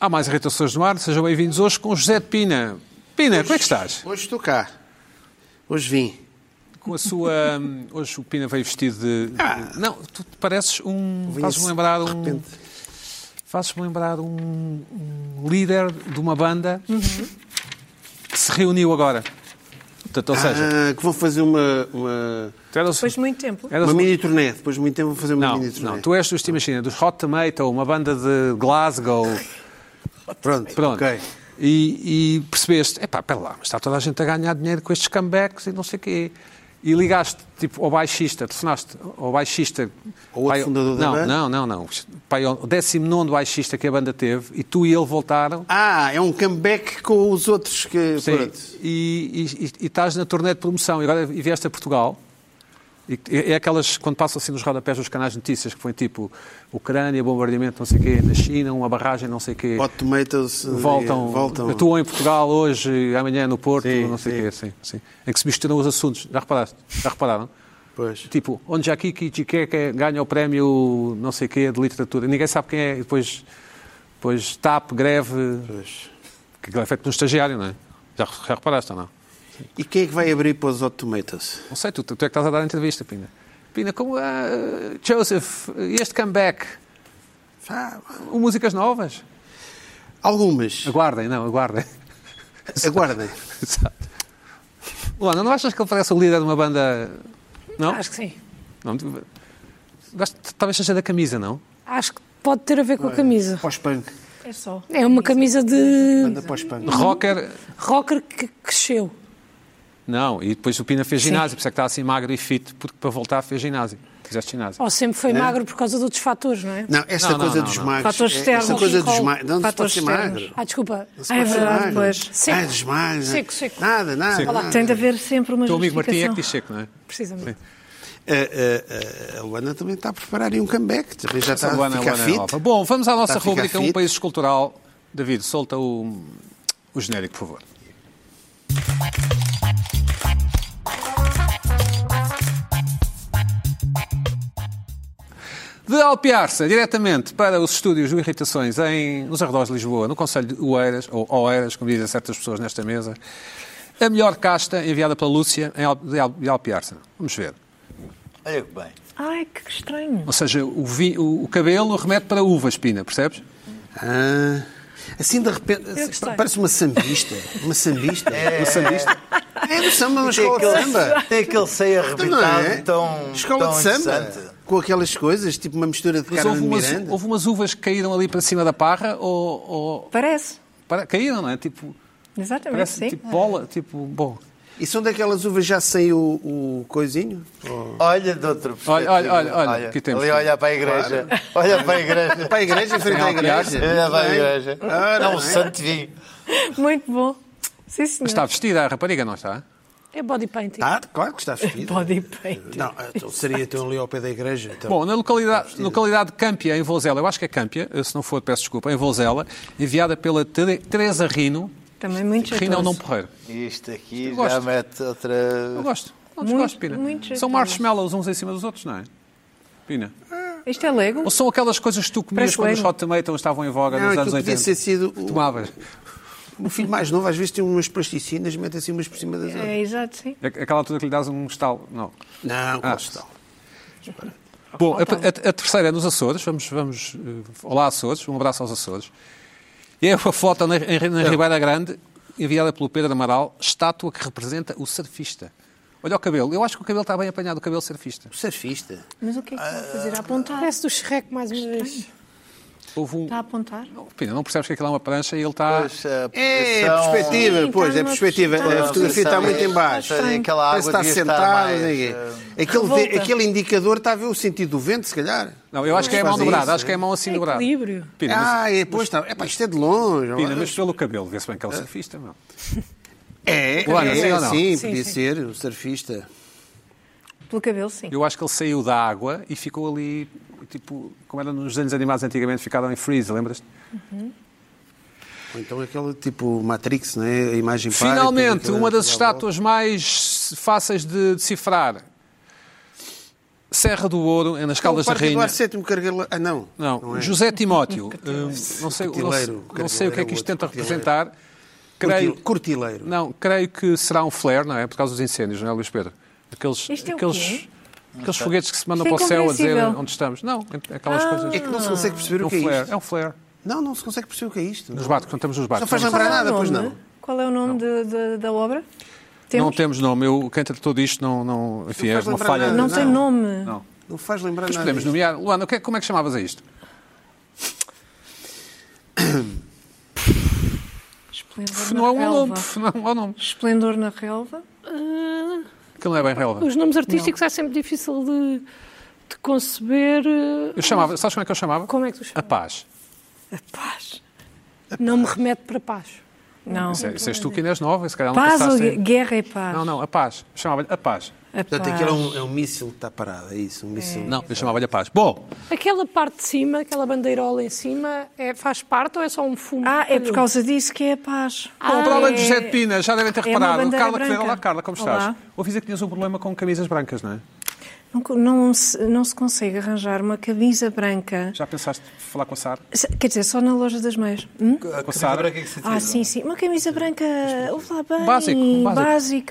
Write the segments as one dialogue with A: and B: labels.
A: Há mais irritações no ar, sejam bem-vindos hoje com José de Pina. Pina, como é que estás?
B: Hoje estou cá. Hoje vim.
A: Com a sua. hum, Hoje o Pina veio vestido de. de- Não, tu te pareces um.
B: Vim
A: Fazes-me
B: assim,
A: lembrar
B: Ah. de
A: um.
B: repente.
A: Fazes-me lembrar um, um líder de uma banda que se reuniu agora. Portanto, ou seja,
B: Ah, que vou fazer uma, uma,
A: tu eras, um,
C: Depois de muito tempo.
A: eras
B: uma
A: uma-
B: mini turnê. Depois de é? muito tempo vou fazer uma
A: Não,
B: mini turnê.
A: não, tu és dos Team Machine, dos Hot Tomato, uma banda de Glasgow.
B: Pronto,
A: Pronto.
B: ok.
A: E, e percebeste, epá, pera lá, mas está toda a gente a ganhar dinheiro com estes comebacks e não sei o quê. E ligaste, tipo, ao baixista, telefonaste ao baixista...
B: Ao outro fundador da
A: não,
B: banda?
A: Não, não, não. Pai, ao 19 baixista que a banda teve, e tu e ele voltaram...
B: Ah, é um comeback com os outros que...
A: Sim,
B: Pronto.
A: e, e- e- e estás na turnê de promoção e agora e vieste a Portugal. E e- é aquelas, quando passam assim nos rodapés dos canais de notícias, que foi tipo Ucrânia, bombardeamento não sei o quê, na China, uma barragem não sei o quê.
B: Hot Tomatoes eh,
A: Voltam,
B: voltam.
A: atuam em Portugal hoje, amanhã no Porto,
B: Sim,
A: não sei o
B: sim.
A: quê. Sim, sim. Em que se misturam os assuntos. Já reparaste? Já repararam?
B: Pois.
A: Tipo, onde já Kiki Chiqueca ganha o prémio não sei o quê de literatura. Ninguém sabe quem é. E depois, depois TAP, greve,
B: Pois.
A: que aquilo é feito por um estagiário, não é? Já, já reparaste ou não?
B: E quem é que vai abrir para os Hot Tomatoes?
A: Não sei, tu, tu é que estás a dar a entrevista, Pina. Pina, como ah, Joseph, este comeback,
B: Ah,
A: o músicas novas?
B: algumas.
A: Aguardem, não, aguardem.
B: Aguardem.
A: Exato. Luana, não achas que ele parece o líder de uma banda. Não?
C: Acho que sim.
A: Não, tu- Gosto- Talvez seja da camisa, não?
C: Acho que pode ter a ver com a camisa.
B: Pós-punk.
C: É só. É uma camisa de
B: Banda pós-punk.
C: Uhum.
A: Rocker.
C: rocker que cresceu.
A: Não, e depois o Pina fez ginásio, por isso é que está assim magro e fit, porque para voltar fez ginásio. Fizeste ginásio.
C: Ou sempre foi magro por causa de outros fatores, não é?
B: É? Não, esta
A: Não, não,
B: coisa
A: não,
B: dos
A: não.
B: magros.
C: Fatores
B: é-
C: externos.
B: Esta coisa dos
C: Fatores
B: magros. Não, não se pode
C: fatores
B: ser
C: externos.
B: magro.
C: Ah, desculpa.
B: Não se
C: Ah,
B: pode
C: é
B: ser
C: verdade,
B: magro.
C: pois.
B: Ah,
C: Seco.
B: desmaio.
C: Seco, seco.
B: Nada, nada.
A: Seco.
B: nada.
C: Olá, tem de haver sempre uma
A: O teu amigo Martim é
C: justificação.
A: que diz seco, não é?
C: Precisamente.
B: A, a- a- a Luana também está a preparar aí um comeback. Também Já está
A: Luana,
B: a ficar
A: Luana
B: Tá, fit.
A: Nova. Bom, vamos à nossa
B: Está a ficar
A: rubrica Um
B: fit.
A: País Escultural. David, solta o, o genérico, por favor. De Alpiarça, diretamente para os estúdios do Irritações, em, nos arredores de Lisboa, no Conselho de Oeiras, ou Oeiras, como dizem certas pessoas nesta mesa, a melhor casta enviada pela Lúcia em Al- de Al- de Alpiarça. Vamos ver.
D: Olha que bem.
C: Ai, que estranho.
A: Ou seja, o, vi- o- o cabelo remete para a uva espina, percebes?
B: Ah, assim de repente. assim,
C: gostei.
B: parece uma sambista. Uma sambista.
D: É.
B: Uma sambista. É do samba, uma
D: Tem
B: escola de
D: aquele,
B: samba.
D: tem aquele seio
B: Então não
D: arrebitado
B: é?
D: tão,
B: escola
D: tão
B: de samba.
D: interessante.
B: Com aquelas coisas, tipo uma mistura de
A: Mas
B: Carmen
A: houve umas,
B: Miranda.
A: houve umas uvas que caíram ali para cima da parra ou. ou-
C: Parece.
A: para- caíram, não é? Tipo.
C: Exatamente,
A: Parece
C: Ah, sim.
A: tipo bola, tipo. Bom.
B: E são daquelas uvas já sem o, o coisinho?
D: Olha de outra perspectiva.
A: Olha, olha, olha, olha, aqui temos.
D: Ali olha para a igreja. Olha para a igreja.
B: Para a igreja, em frente à igreja.
D: Olha para a igreja.
B: Ora
D: Não,
B: bem.
D: o santo vinho.
C: Muito bom. Sim, senhor.
A: Mas está vestida a rapariga, não está?
C: tá. É body painting.
B: Tá, claro que está vestido.
C: Body painting.
B: Não, então seria então ali ao pé da igreja. Então.
A: Bom, na localidade, localidade de Câmpia, em Vozela, eu acho que é Câmpia, se não for, peço desculpa, em Vozela, enviada pela Tere- Teresa Rino.
C: Também muito
A: Rino é um nome
C: jeitoso.
A: porreiro.
D: Isto aqui
A: gosto.
D: já mete outra.
A: Eu gosto. Não
C: Muito-
A: desgosto, Pina.
C: muito
A: São
C: jeitoso.
A: marshmallows uns em cima dos outros, não é? Pina.
C: Isto é Lego?
A: Ou são aquelas coisas que tu comias
C: Parece
A: quando os
C: Lego.
A: hot tomatoes estavam em voga
B: Não,
A: nos
B: aquilo
A: anos 80?
B: podia ter sido o-
A: Tomavas.
B: O filho mais novo às vezes tem umas plasticinas, mete assim umas por cima das outras.
C: É, exato, sim.
A: É Aquela altura que lhe dás um estalo. Não.
B: Não,
A: Ah.
B: ah. estão.
A: Bom, a, a- a terceira é nos Açores. Vamos, vamos. eh, Olá, Açores. Um abraço aos Açores. E é uma foto na, em- na Ribeira Grande, enviada pelo Pedro Amaral, estátua que representa o surfista. Olha o cabelo. Eu acho que o cabelo está bem apanhado, o cabelo surfista.
B: O surfista.
E: Mas o que é que está a fazer? A apontar?
C: Parece do Shrek mais uma vez.
A: Houve um.
C: Tá.
E: Está a apontar?
A: Pina, não percebes que aquilo é uma prancha e ele está.
D: Pois, a
B: É,
D: posição-
B: a perspectiva,
E: Sim,
B: pois,
E: está
B: é a
E: numa
B: perspectiva.
E: postura-
B: A fotografia está muito em baixo.
D: Está bem. é Aquela
B: Parece que
D: água
B: está
D: devia estar
B: sentado.
D: mais, eh,
B: ninguém. aquele,
C: revolta.
B: de- aquele indicador está a ver o sentido do vento, se calhar.
A: Não, eu acho que é a mão
B: Fazem
A: dobrada,
B: isso,
A: acho que é a mão assim
C: É
A: dobrada.
C: equilíbrio.
A: Pina, mas,
B: Ah, é, pois está. É pá, isto é de longe.
A: Pina, mas pelo cabelo, vê-se bem que é um surfista, meu.
B: É, é,
A: Claro, sim ou não?
B: sim,
C: Sim,
B: podia
C: sim.
B: ser o surfista.
C: Pelo cabelo, sim.
A: Eu acho que ele saiu da água e ficou ali, tipo, como era nos desenhos animados antigamente, ficaram em freeze, lembras-te?
B: Ou então aquele tipo Matrix, não é? A imagem para.
A: Finalmente, uma das estátuas mais fáceis de decifrar. Serra do Ouro, é nas Caldas
B: o
A: da
B: Parque Eduardo
A: Rainha.
B: VII Cargala- Ah, Então, não.
A: Não,
B: é.
A: José Timóteo. hum, não, sei, não, sei-
B: Curtileiro,
A: não sei o que é que isto tenta
B: Curtileiro.
A: representar. Creio,
B: Curti- Curtileiro.
A: não, creio que será um flare, não é? Por causa dos incêndios, não é, Luís Pedro? Aqueles,
C: Isto é o
A: aqueles,
C: quê?
A: aqueles foguetes que se mandam
C: Isto é Ah.
A: para o céu a dizer
C: incompreensível.
A: onde estamos. Não, é aquelas coisas.
B: É que não se consegue perceber
A: É
B: o
A: um
B: que é
A: flare,
B: isto.
A: é um flare.
B: Não, não se consegue perceber o que é isto.
A: Nos barcos, quando estamos nos barcos.
B: Só faz
A: Não-
B: lembrar
C: Qual é o
B: nada, pois
C: nome?
B: não.
C: Qual é o nome de- de- da obra?
A: Não
C: Temos?
A: temos nome. Eu, quem tratou disto não, não, enfim, é
B: faz
A: uma
B: lembrar
A: falha.
B: nada.
C: Não
B: Não.
C: tem nome.
A: Não.
B: Não faz lembrar
A: Mas
B: nada.
A: podemos
B: disto.
A: nomear. Luana, o que é- como é que chamavas a isto?
C: Esplendor
A: Não é
C: na
A: um nome.
C: relva.
A: Não é um nome.
C: Esplendor na relva.
A: Aquilo não é bem relevante.
F: Ah, Os nomes artísticos é sempre difícil de, de conceber. eh,
A: Eu chamava, sabes como é que eu chamava?
F: Como é que tu
A: A
F: chamas?
A: paz.
F: Paz. Não me remete para paz.
C: Não.
B: é
A: Se, é- se és tu que ainda és nova, se calhar não
C: Paz ou
A: pensaste
C: gue-
A: em...
C: guerra e paz?
A: Não, não, a paz. Eu Chamava-lhe a paz.
C: A
B: Portanto,
C: paz.
B: aquilo é um, é um míssil que está parado, é isso? Um míssil.
A: Não, eu chamava-lhe a paz. Bom,
F: Aquela parte de cima, aquela bandeirola em cima, é, faz parte ou é só um fumo?
C: Ah, é
F: Olha,
C: por causa disso que é a paz.
A: bom, para além de José de
C: é-
A: Pina, já devem ter
C: é uma
A: reparado.
C: bandeira
A: Carla,
C: branca.
A: Olá, Carla, como estás?
C: Olá.
A: Ouvi dizer que tinhas um problema com camisas brancas, não é?
C: Não, co- não se, não se consegue arranjar uma camisa branca.
A: Já pensaste falar com a Sara?
C: Se- Quer dizer, só na loja das meias. Hum?
D: A camisa
A: Sara.
D: branca que se tira.
C: Ah, sim, sim. Uma camisa branca, ouve lá bem,
A: Básico, básico.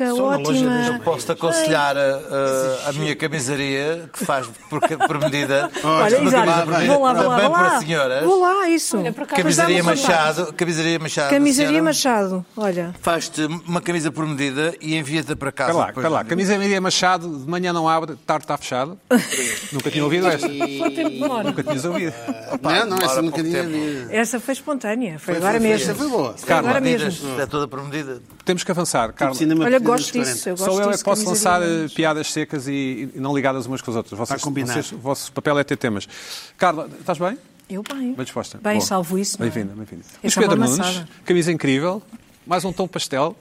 C: básica,
B: Só na loja das
C: ótima.
B: meias.
D: Posso-te aconselhar a, a- a minha camisaria, que faz por, por medida.
C: Olha,
D: Uma
C: exato.
D: camisa por medida,
C: Vou lá, vou lá,
D: também
C: vou lá.
D: para senhoras.
C: Vou lá, isso.
F: Olha, por acaso-
D: Camisaria
F: Mas dá-me
D: Machado. Camisaria Machado.
C: Camisaria
D: senhora.
C: Machado, olha.
D: Faz-te uma camisa por medida e envia-te para casa.
A: Espera lá,
D: depois
A: espera lá.
D: de-
A: Camisa Maria Machado, de manhã não abre, de tarde está fechado. Nunca tinha ouvido esta.
F: Quanto tempo demora?
A: Nunca tinhas ouvido.
D: Pá,
B: Não, é assim não, essa
D: demora
B: nunca
D: pouco
B: tinha.
D: tempo.
C: Essa foi espontânea, foi, agora
B: foi,
C: mesmo.
B: essa foi boa.
C: Foi
A: Carla,
C: agora
D: Medidas,
C: mesmo.
D: É toda por medida.
A: Temos que avançar, Carla.
B: Cinema
C: Olha,
B: de
C: gosto
B: 340.
C: disso, eu gosto
A: Só eu é
C: disso.
A: que posso lançar
C: camisaria
A: eh, piadas secas e, e não ligadas umas com as outras. Vocês,
B: Está combinado.
A: vocês- o vosso papel é ter temas. Carla, estás bem?
C: Eu bem.
A: Bem disposta?
C: Bem,
A: Boa.
C: salvo isso. não é?
A: Bem-vinda, bem-vinda. Luís
C: Essa é uma
A: Pedro Nunes,
C: amassada.
A: camisa incrível, mais um tom pastel.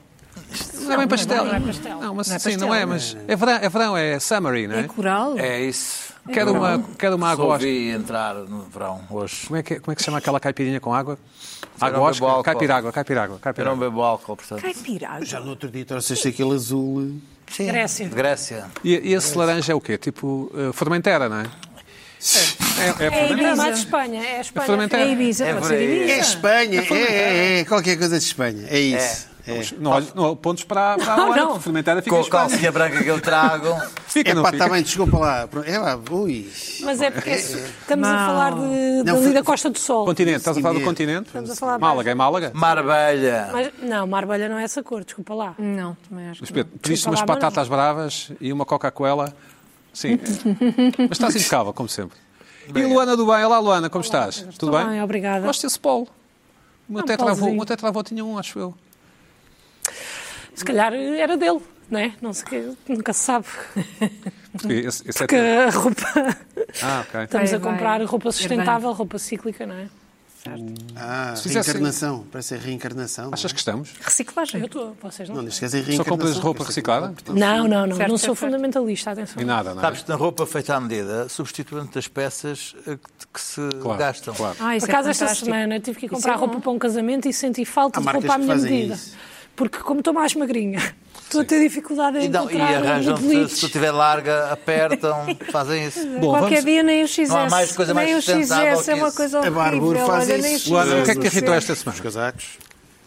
A: Não, é bem pastel. Não é pastel. mas,
C: Não é
A: sim,
C: pastel,
A: não é,
C: não é.
A: mas é verão, é, verão, é summery, não é?
C: É coral?
D: É isso.
A: Quero uma, quero uma água osca.
D: Resolvi entrar no verão hoje.
A: Como é, que, como é que se chama aquela caipirinha com água?
D: não
A: Água osca?
D: bebo álcool.
A: Caipirágua, caipirágua,
D: Eu não
A: caipirágua.
D: bebo álcool, portanto.
C: Caipirada.
B: Já no outro dia trouxeste aquele azul.
F: Grécia.
D: De Grécia.
A: E, e esse laranja é o quê? Tipo eh, formentera, não é? É, é,
F: É
A: formentera.
F: Ibiza. mais Espanha. É Espanha.
A: fermentado.
C: É Ibiza,
D: É
C: pode
D: por
C: ser
D: aí.
C: Ibiza.
B: É Espanha, é, é, é, qualquer coisa de Espanha. É isso. É,
A: Não, olha, não, pontos para, para a
F: Não,
A: hora.
F: não.
A: Fermentada fica
D: Com
A: em
D: a
A: Espanha.
D: calcinha branca que eu trago.
A: Fica,
B: é
A: não
B: pá,
A: fica?
B: está bem, desculpa lá. Pronto, É lá, ui.
F: Mas é porque estamos a
C: Não.
F: falar de, de
B: Não,
F: ali
B: foi-
F: da Costa do Sol.
A: Continente, estás a falar do continente?
F: Estamos a falar
A: Málaga, é Málaga?
D: Marbelha.
F: Mas, não, Marbelha não é essa cor, desculpa lá.
C: Não, também acho
A: Luís
C: que
A: Pedro, pediste
F: Desculpa
A: umas
F: lá, mas não.
A: batatas bravas e uma Coca-Cola. Sim. mas estás impecável, como sempre. E Luana do Bem, olá Luana, como estás? Tudo
F: Estou
A: bem?
F: bem, obrigada.
A: Gosto desse polo. O meu
F: É um
A: tetravô- o
F: polozinho.
A: meu tetravô tinha um, acho eu.
F: Se calhar era dele, não é? Não sei, que- nunca se sabe.
A: Porque esse, esse é
F: Porque
A: teu.
F: a roupa.
A: Ah, ok.
F: Estamos
C: Vai,
F: a comprar
C: vai. É
F: roupa sustentável, roupa cíclica, não é?
B: Ah,
A: fizesse-
B: reencarnação. Parece a reencarnação.
A: Achas que estamos?
F: Eu
C: Reciclagem.
F: estou, vocês
B: Não,
F: não.
B: não esqueces a
A: Só
B: reencarnação. é
A: compras roupa reciclada?
F: Não, não, não.
C: Certo,
F: não
C: certo,
F: sou
C: certo.
F: fundamentalista, atenção.
A: E nada, não é?
D: Sabes que na roupa feita à medida, substituindo as peças eh, que, que se
A: Claro,
D: gastam.
A: claro.
C: Ah, isso
F: Por acaso,
C: é
F: esta
C: fantástico.
F: semana tive que ir
C: Isso
F: comprar
C: é
F: roupa
C: bom.
F: para um casamento e senti falta
B: Há
F: de
B: marcas
F: roupa à
B: que
F: minha
B: fazem
F: medida.
B: isso.
F: Porque como estou mais magrinha, estou a ter dificuldade em
D: E, dão- e
F: encontrar
D: arranjam-te, se
F: modelitos.
D: tu tiver larga, apertam, fazem isso.
A: Bom,
C: Qualquer
A: vamos-
C: dia nem o XS.
D: Não há mais coisa
C: nem
D: mais
C: o
D: sustentável
C: XS é
D: que
C: uma
D: isso.
C: coisa
B: A
C: horrível.
B: Barbur faz
C: olha, nem
B: isso.
C: o
A: Luana, o que é que te
C: XS.
A: irritou esta
B: Os
A: semana?
B: casacos.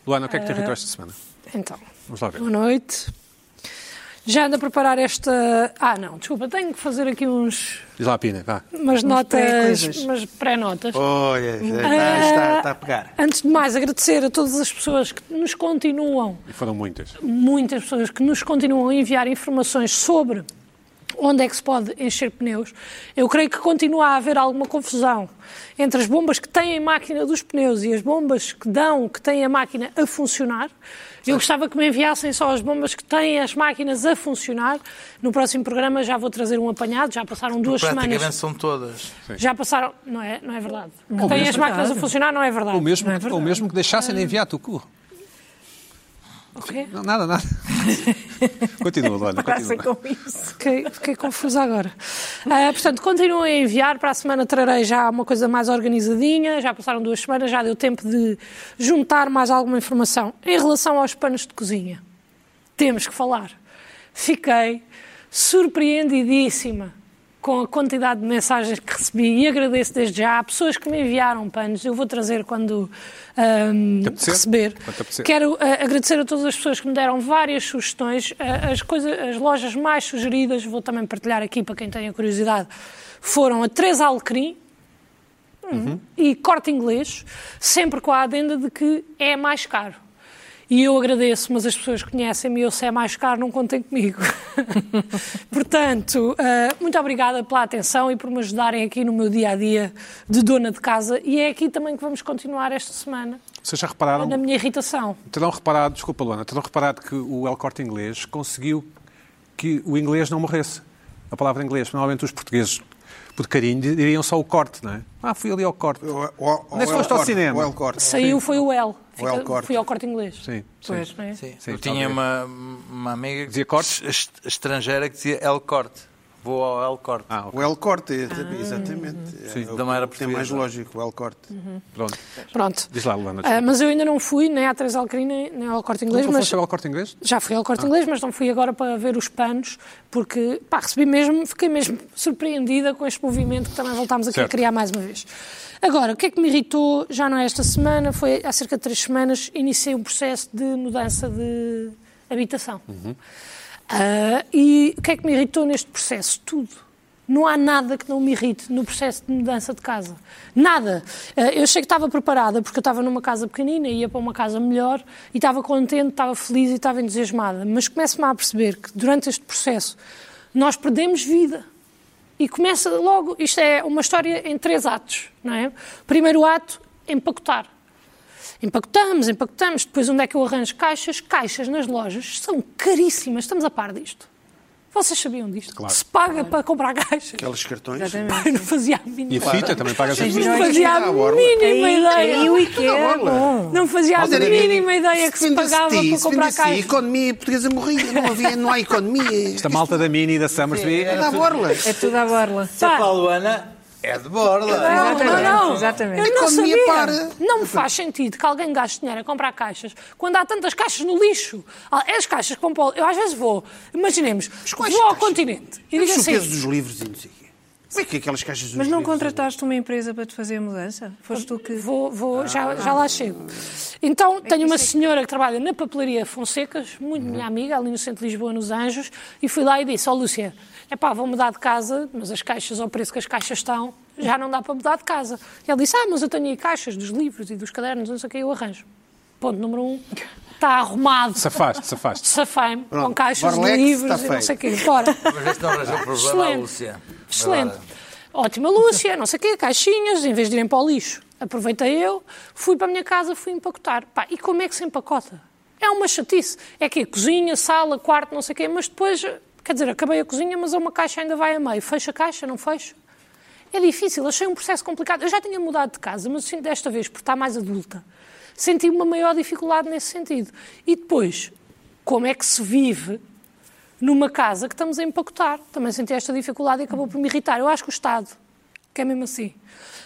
A: Luana, o que é que te
F: Ah.
A: irritou esta semana?
F: Então,
A: Vamos lá ver.
F: boa noite. Já ando a preparar esta. Ah, não, desculpa, tenho que fazer aqui uns,
A: Diz lá a Pina, vá.
F: umas notas,
C: pré-coisas.
F: umas pré-notas.
B: Oh. Olha, está, está, está Tá, a pegar.
F: Antes de mais, agradecer a todas as pessoas que nos continuam
A: E foram muitas.
F: muitas pessoas que nos continuam a enviar informações sobre onde é que se pode encher pneus. Eu creio que continua a haver alguma confusão entre as bombas que têm a máquina dos pneus e as bombas que dão, que têm a máquina a funcionar. Eu gostava que me enviassem só as bombas que têm as máquinas a funcionar. No próximo programa já vou trazer um apanhado, já passaram duas
D: Praticamente
F: semanas.
D: são todas.
F: Já passaram. Não é, não é verdade. Que têm as
A: mesmo-
F: máquinas a funcionar, não é verdade.
A: Ou mesmo,
F: Não é
A: ou
F: verdade.
A: mesmo que deixassem de enviar tu cu.
F: O quê?
A: Não, Nada, nada. Continua, Luana,
C: Passa
A: continua.
C: com isso.
F: Fiquei, fiquei confusa agora. Ah, portanto, continuem a enviar. Para a semana trarei já uma coisa mais organizadinha. Já passaram duas semanas, já deu tempo de juntar mais alguma informação. Em relação aos panos de cozinha, temos que falar. Fiquei surpreendidíssima com a quantidade de mensagens que recebi e agradeço desde já. Há pessoas que me enviaram panos, eu vou trazer quando ahm,
A: Te apetecer?
F: receber.
A: Quando te apetecer.
F: Quero ah, agradecer a todas as pessoas que me deram várias sugestões. Ah, as, coisas, as lojas mais sugeridas, vou também partilhar aqui para quem tenha curiosidade, foram a Teresa Alecrim, e corte inglês, sempre com a adenda de que é mais caro. E eu agradeço, mas as pessoas conhecem-me e eu, se é mais caro, não contem comigo. Portanto, eh, muito obrigada pela atenção e por me ajudarem aqui no meu dia a dia de dona de casa. E é aqui também que vamos continuar esta semana,
A: Vocês já repararam?
F: na minha irritação.
A: Terão reparado, desculpa Luana, terão reparado que o El Corte Inglês conseguiu que o inglês não morresse. A palavra inglês. Normalmente os portugueses, por carinho, diriam só o corte, não é? Ah, fui ali ao corte. Nem se foste ao cinema.
F: Saiu foi o L.
B: O L corte.
F: Fui ao corte inglês.
A: Sim,
F: Pois,
A: sim.
F: não é?
D: Sim.
A: Sim,
D: eu tinha
A: talvez.
D: uma, uma amiga que
A: Dizia corte?
D: es- estrangeira que dizia El Corte. Vou ao El Corte.
A: Ah, ok.
B: O El Corte, exatamente. É,
A: Sim,
B: é o
D: também era
B: que Tem mais
D: portuguesa.
B: lógico, o El Corte.
A: Pronto.
F: Pronto.
A: Diz lá, Luana.
F: Ah,
A: desculpa.
F: mas eu ainda não fui nem à Teresa Alecrim, nem, nem ao corte inglês.
A: Nunca
F: mas
A: foste ao El Corte Inglês?
F: Já fui ao corte inglês, mas não fui agora para ver os panos, porque pá, recebi mesmo, fiquei mesmo surpreendida com este movimento que também voltámos aqui
A: Certo.
F: a criar mais uma vez. Agora, o que é que me irritou, já não é esta semana, foi há cerca de três semanas, iniciei um processo de mudança de habitação. Ah, e o que é que me irritou neste processo? Tudo. Não há nada que não me irrite no processo de mudança de casa. Nada. Eh, Eu achei que estava preparada, porque eu estava numa casa pequenina, ia para uma casa melhor, e estava contente, estava feliz e estava entusiasmada. Mas começo-me a perceber que durante este processo nós perdemos vida. E começa logo, isto é uma história em três atos, não é? Primeiro ato, empacotar. Empacotamos, empacotamos, depois onde é que eu arranjo caixas? Caixas nas lojas são caríssimas, estamos a par disto. Vocês sabiam disto?
A: Claro.
F: Se paga para comprar caixas.
B: Aqueles cartões.
F: Pá, eu não fazia a mínima
A: E a fita também pagas a
F: Não
A: fita.
F: fazia a
B: Ah, Borla.
F: mínima ideia.
C: Aí o IKEA é
B: Borla.
C: bom.
F: Não fazia a
B: Mas era-
F: mínima ideia que se
B: Vendesse
F: pagava
B: ti,
F: para
B: se
F: comprar
B: vendesse ti, A
F: caixas.
B: economia portuguesa morria, não, havia, não há economia.
A: Esta malta da Mini e da Summersby.
B: É da borla.
C: É tudo à borla.
D: Essa Luana é de borla.
F: Não,
C: Exatamente,
F: não, não.
C: exatamente.
F: Eu não
B: Economia
F: sabia.
B: para.
F: Não me faz sentido que alguém gaste dinheiro a comprar caixas quando há tantas caixas no lixo. Ah, As caixas que vão para o- Eu às vezes vou, imaginemos, vou
B: quais
F: ao
B: caixas?
F: continente e digo
B: Mas o peso
F: assim.
B: dos livros e não sei o quê. Como é que é aquelas caixas dos
C: Mas não
B: livros?
C: contrataste uma empresa para te fazer a mudança? Foste tu que.
F: Vou, vou, já, já lá chego. Então, tenho uma senhora que trabalha na papelaria Fonsecas, muito minha amiga, ali no centro de Lisboa, nos Anjos, e fui lá e disse: Ó Lúcia, é pá, vou mudar de casa, mas as caixas, ao preço que as caixas estão, já não dá para mudar de casa. E ela disse: Ah, mas eu tenho aí caixas dos livros e dos cadernos, não sei o que, eu arranjo. Ponto número um: está arrumado,
A: Safaste, safaste.
F: safei-me, com
B: Pronto,
F: caixas de
B: Barlex
F: livros
B: está
F: e não
B: feito.
F: sei o quê. Bora.
D: Mas este não arranjou problema à
F: Excelente.
D: Lúcia.
F: Excelente.
D: Agora,
F: Ótima Lúcia, não sei o quê, caixinhas, em vez de irem para o lixo. Aproveitei eu, fui para a minha casa, fui empacotar. Pá, e como é que se empacota? É uma chatice. É que cozinha, sala, quarto, não sei o quê, mas depois, quer dizer, acabei a cozinha, mas uma caixa ainda vai a meio. Fecho a caixa, não fecho? É difícil, achei um processo complicado. Eu já tinha mudado de casa, mas sinto desta vez, por estar mais adulta, senti uma maior dificuldade nesse sentido. E depois, como é que se vive numa casa que estamos a empacotar? Também senti esta dificuldade e acabou por me irritar. Eu acho que o Estado, que é mesmo assim,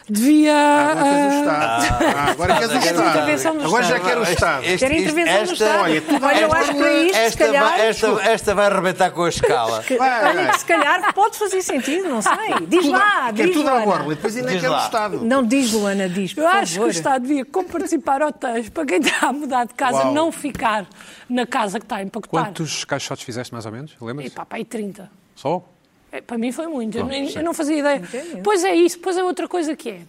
F: devia.
B: Agora um queres o
F: ah,
B: Estado. Ah, agora queres o
D: Quero
C: intervenção
B: Estado.
C: do
B: Agora já
C: Estado.
B: quero o Estado.
D: este-
C: Quero intervenção do Estado.
B: olha, tudo
C: Olha, eu
B: esta-
C: acho que para isto, se
D: esta,
C: calhar.
D: vai, esta, esta vai arrebentar com a escala.
C: que-
B: Vai,
C: olha,
B: vai.
C: que se calhar pode fazer sentido, não sei. Diz
B: Tudo-
C: lá,
B: Quer
C: diz
B: tudo à
C: Luana.
B: borla e depois ainda
D: Diz
B: quer o
D: lá.
B: Estado.
C: Não diz, Luana, diz. Por
F: Eu acho que o
C: favor.
F: Estado devia comparticipar hotéis para quem está a mudar de casa
B: Uau.
F: não ficar na casa que está a empacotar.
A: Quantos caixotes fizeste, mais ou menos? Lembras?
F: Epá, pá, e 30.
A: Só?
F: É, Para mim foi muito, eu,
A: Bom,
F: nem-
A: sim.
F: eu não fazia ideia. Pois é isso, pois é outra coisa que é.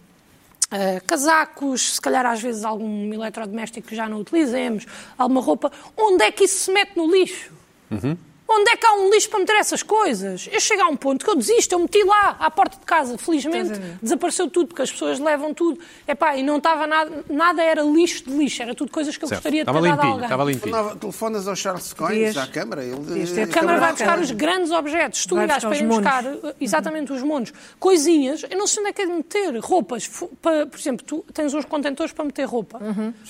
F: ah, casacos, se calhar às vezes algum eletrodoméstico que já não utilizemos, alguma roupa. Onde é que isso se mete no lixo?
A: Uhum.
F: Onde é que há um lixo para meter essas coisas? Eu chego a um ponto que eu desisto, eu meti lá, à porta de casa. Felizmente desapareceu tudo, porque as pessoas levam tudo. Epá, e não estava nada, nada era lixo de lixo, era tudo coisas que eu
A: Certo.
F: gostaria de
A: Estava
F: ter dado a
A: limpinho,
F: alguém.
A: estava limpinho.
B: Telefonava- Telefonas ao Charles
C: Dias.
B: Coins, à Câmara. Ele,
C: Dias ter
B: a
F: A Câmara vai
C: Câmara
F: buscar
C: vai.
F: os grandes objetos. Tu
C: Vai
F: olhas para ir
C: buscar os
F: buscar eh, exatamente os monos. Coisinhas, eu não sei onde é que é de meter. Roupas, fu- pa- por exemplo, tu tens uns contentores para meter roupa.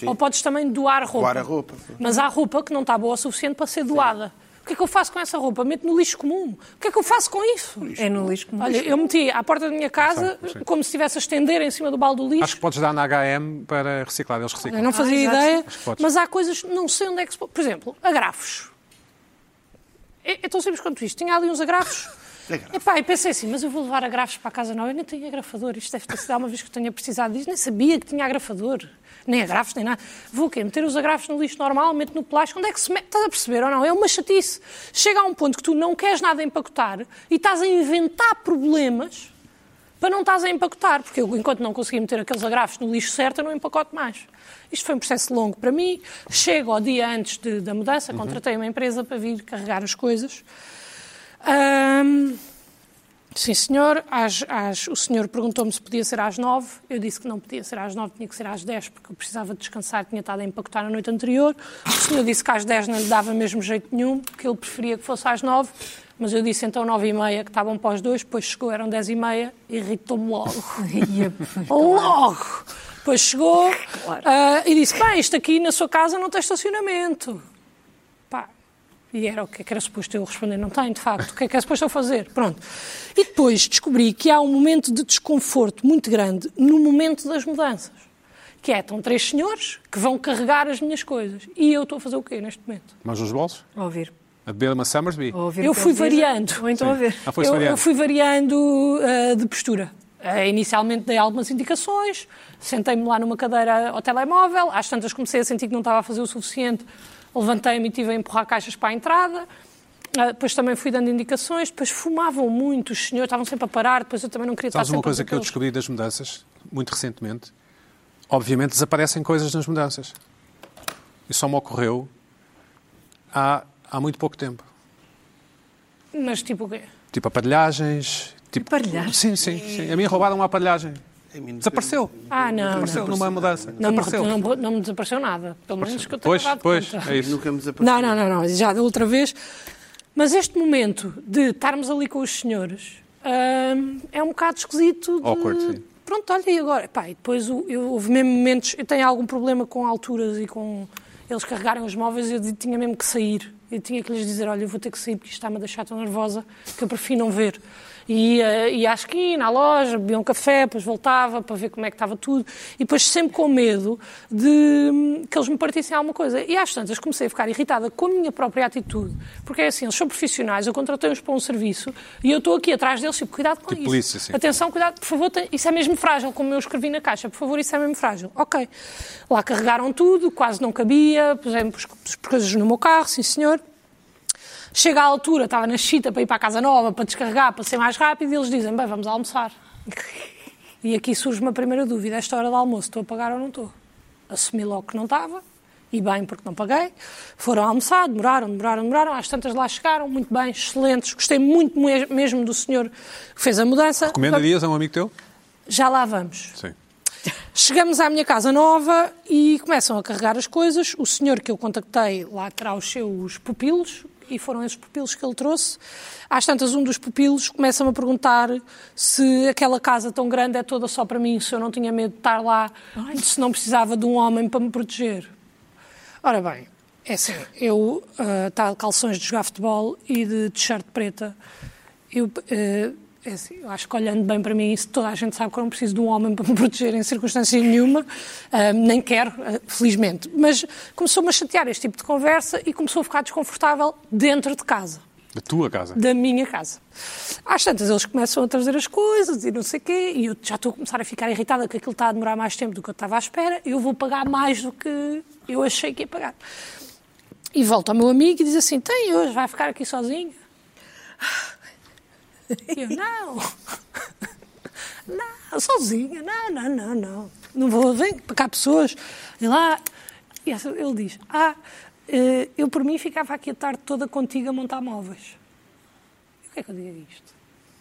F: Ou podes também doar roupa.
B: Doar a roupa.
F: Mas há roupa que não está boa o suficiente para ser doada. O que é que eu faço com essa roupa? Meto no lixo comum. O que é que eu faço com isso?
C: É no lixo comum.
F: Olha, eu meti à porta da minha casa,
A: Sim, sim.
F: como se estivesse a estender em cima do balde do lixo.
A: Acho que podes dar na HM para reciclar, eles
F: Eu
A: reciclam.
F: não fazia
C: exato.
F: ideia,
A: Acho que podes.
F: mas há coisas, não sei onde é que se pode. Por exemplo, agrafos. É, é tão simples quanto isto. Tinha ali uns agrafos.
B: Isso é grave.
F: Epá, e pensei assim, mas eu vou levar agravos para a casa nova, eu nem tenho agrafador, isto deve ter sido uma vez que eu tenha precisado disso, nem sabia que tinha agrafador, nem agravos, nem nada. Vou o quê? Meter os agravos no lixo normal, meto no plástico, onde é que se mete? Estás a perceber ou não? É uma chatice. Chega a um ponto que tu não queres nada empacotar e estás a inventar problemas para não estás a empacotar, porque eu, enquanto não conseguir meter aqueles agrafos no lixo certo, eu não empacoto mais. Isto foi um processo longo para mim. Chego ao dia antes de- da mudança, contratei uma empresa para vir carregar as coisas. Ahm, sim, senhor. Às- às- o senhor perguntou-me se podia ser às nove. Eu disse que não podia ser às nove, tinha que ser às dez, porque eu precisava descansar, tinha estado a empacotar na noite anterior. O senhor disse que às dez não lhe dava mesmo jeito nenhum, que ele preferia que fosse às nove. Mas eu disse então nove e meia, que estavam para os dois, depois chegou, eram dez e meia, irritou-me logo. Logo! Depois chegou ah, e disse: Bem, isto aqui na sua casa não tem estacionamento. Pá. E era o que é que era suposto eu responder? Não tem, de facto. O que é que é suposto eu fazer? Pronto. E depois descobri que há um momento de desconforto muito grande no momento das mudanças. Que é, estão três senhores que vão carregar as minhas coisas. E eu estou a fazer o quê neste momento?
A: Mas os bolsos?
E: A ouvir.
A: A beber uma Summersby?
E: A ouvir
F: Eu
E: o que
F: fui
E: ele diz.
F: variando.
E: Ou então a ver.
A: Ah, foi
F: eu,
A: variando.
F: eu fui variando ah, de postura. Ah, inicialmente dei algumas indicações, sentei-me lá numa cadeira ao telemóvel, às tantas comecei a sentir que não estava a fazer o suficiente, levantei-me e tive a empurrar caixas para a entrada. Ah, depois também fui dando indicações, depois fumavam muito os senhores, estavam sempre a parar, depois eu também não queria
A: Sabes
F: estar sempre
A: uma coisa
F: a
A: que eu
F: bloqueá-los.
A: descobri das mudanças, muito recentemente? Obviamente desaparecem coisas nas mudanças. Isso só me ocorreu há, há muito pouco tempo.
F: Mas tipo o quê?
A: Tipo aparelhagens. Tipo...
E: Aparelhagens?
A: Sim, sim, sim. A mim roubaram uma aparelhagem. Desapareceu.
F: Ah, não, não.
A: Desapareceu numa mudança.
F: Não, me-
A: Desapareceu.
F: não, não me desapareceu nada. Pelo menos que eu tenha
A: Pois,
F: dado
A: pois,
F: conta.
A: é isso.
B: Nunca me desapareceu.
F: Não, não, não, não, já da outra vez. Mas este momento de estarmos ali com os senhores hum, é um bocado esquisito. De...
A: Awkward, sim.
F: Pronto, olha, e agora? Pá, e depois o- eu, houve mesmo momentos. Eu tenho algum problema com alturas e com eles carregarem os móveis e eu di- tinha mesmo que sair. Eu tinha que lhes dizer: olha, eu vou ter que sair porque isto está-me a deixar tão nervosa que eu prefiro não ver. E ia, ia à esquina, à loja, bebia um café, depois voltava para ver como é que estava tudo. E depois sempre com medo de hum, que eles me partissem alguma coisa. E às tantas comecei a ficar irritada com a minha própria atitude. Porque é assim, eles são profissionais, eu contratei-os para um serviço e eu estou aqui atrás deles, tipo, cuidado com
A: Tipo
F: isso.
A: polícia, sim.
F: Atenção, cuidado, por favor, tem- isso é mesmo frágil, como eu escrevi na caixa, por favor, isso é mesmo frágil. Ok. Lá carregaram tudo, quase não cabia, pusemos as coisas no meu carro, sim senhor. Chega à altura, estava na chita para ir para a casa nova, para descarregar, para ser mais rápido, e eles dizem, bem, vamos almoçar. E aqui surge uma primeira dúvida, esta hora do almoço, estou a pagar ou não estou? Assumi logo que não estava, e bem, porque não paguei. Foram almoçar, demoraram, demoraram, demoraram, às tantas lá chegaram, muito bem, excelentes, gostei muito me- mesmo do senhor que fez a mudança.
A: Recomendarias a um amigo teu?
F: Já lá vamos.
A: Sim.
F: Chegamos à minha casa nova e começam a carregar as coisas. O senhor que eu contactei lá terá os seus pupilos e foram esses pupilos que ele trouxe. Às tantas, um dos pupilos começa-me a perguntar se aquela casa tão grande é toda só para mim, se eu não tinha medo de estar lá, se não precisava de um homem para me proteger. Ora bem, é assim, eu estava de calções de jogar futebol e de t-shirt preta. Eu, eh, é assim, eu acho que olhando bem para mim, isso toda a gente sabe que eu não preciso de um homem para me proteger em circunstância nenhuma, ah, nem quero, ah, felizmente. Mas começou-me a chatear este tipo de conversa e começou a ficar desconfortável dentro de casa
A: Da tua casa.
F: da minha casa. Às tantas, eles começam a trazer as coisas e não sei o quê, e eu já estou a começar a ficar irritada que aquilo está a demorar mais tempo do que eu estava à espera, eu vou pagar mais do que eu achei que ia pagar. E volto ao meu amigo e diz assim, tem hoje, vai ficar aqui sozinho? E eu, não, não, sozinha, não, não, não, não. Não vou, vem para cá pessoas. E lá, e essa- ele diz, ah, eh, eu por mim ficava aqui a tarde toda contigo a montar móveis. E o que é que eu digo a isto?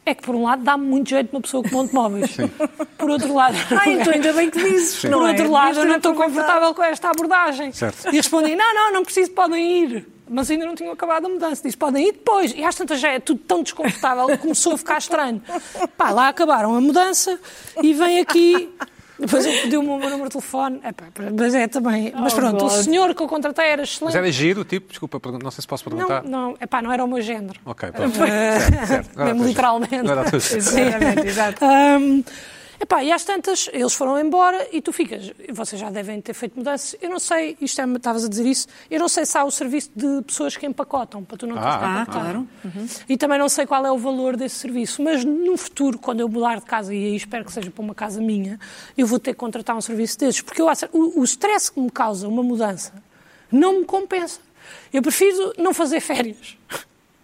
F: É que por um lado dá muito jeito uma pessoa que monte móveis. Por outro lado...
E: Ah, então ainda bem que dizes.
F: Por
E: não é?
F: outro lado, eu não
E: Devias ter
F: estou
E: aproveitado.
F: confortável com esta abordagem.
A: Certo.
F: E respondi, não, não, não preciso, podem ir. Mas ainda não tinham acabado a mudança. Disse, podem ir depois. E às tantas já é tudo tão desconfortável que começou a ficar estranho. Pá, lá acabaram a mudança e vem aqui... Depois ele pediu-me o meu número de telefone. Epá, mas é também...
E: Oh,
F: mas pronto, o senhor que eu contratei era
A: Mas
F: excelente.
A: era giro, tipo, desculpa, pergun- não sei se posso perguntar.
F: Não, não, epá, não era o meu género.
A: Ok, é? pronto.
F: Mesmo literalmente.
A: Agora a tua-
E: Exatamente, exato.
F: Ahm, Epá, e às tantas, eles foram embora e tu ficas. Vocês já devem ter feito mudanças. Eu não sei, isto é, estavas a dizer isso, eu não sei se há o serviço de pessoas que empacotam, para tu não teres de
A: Ah,
F: empacotar. Uhum.
C: claro.
F: E também não sei qual é o valor desse serviço, mas no futuro, quando eu mudar de casa, e aí espero que seja para uma casa minha, eu vou ter que contratar um serviço desses, porque eu, acho- o, o stress que me causa uma mudança não me compensa. Eu prefiro não fazer férias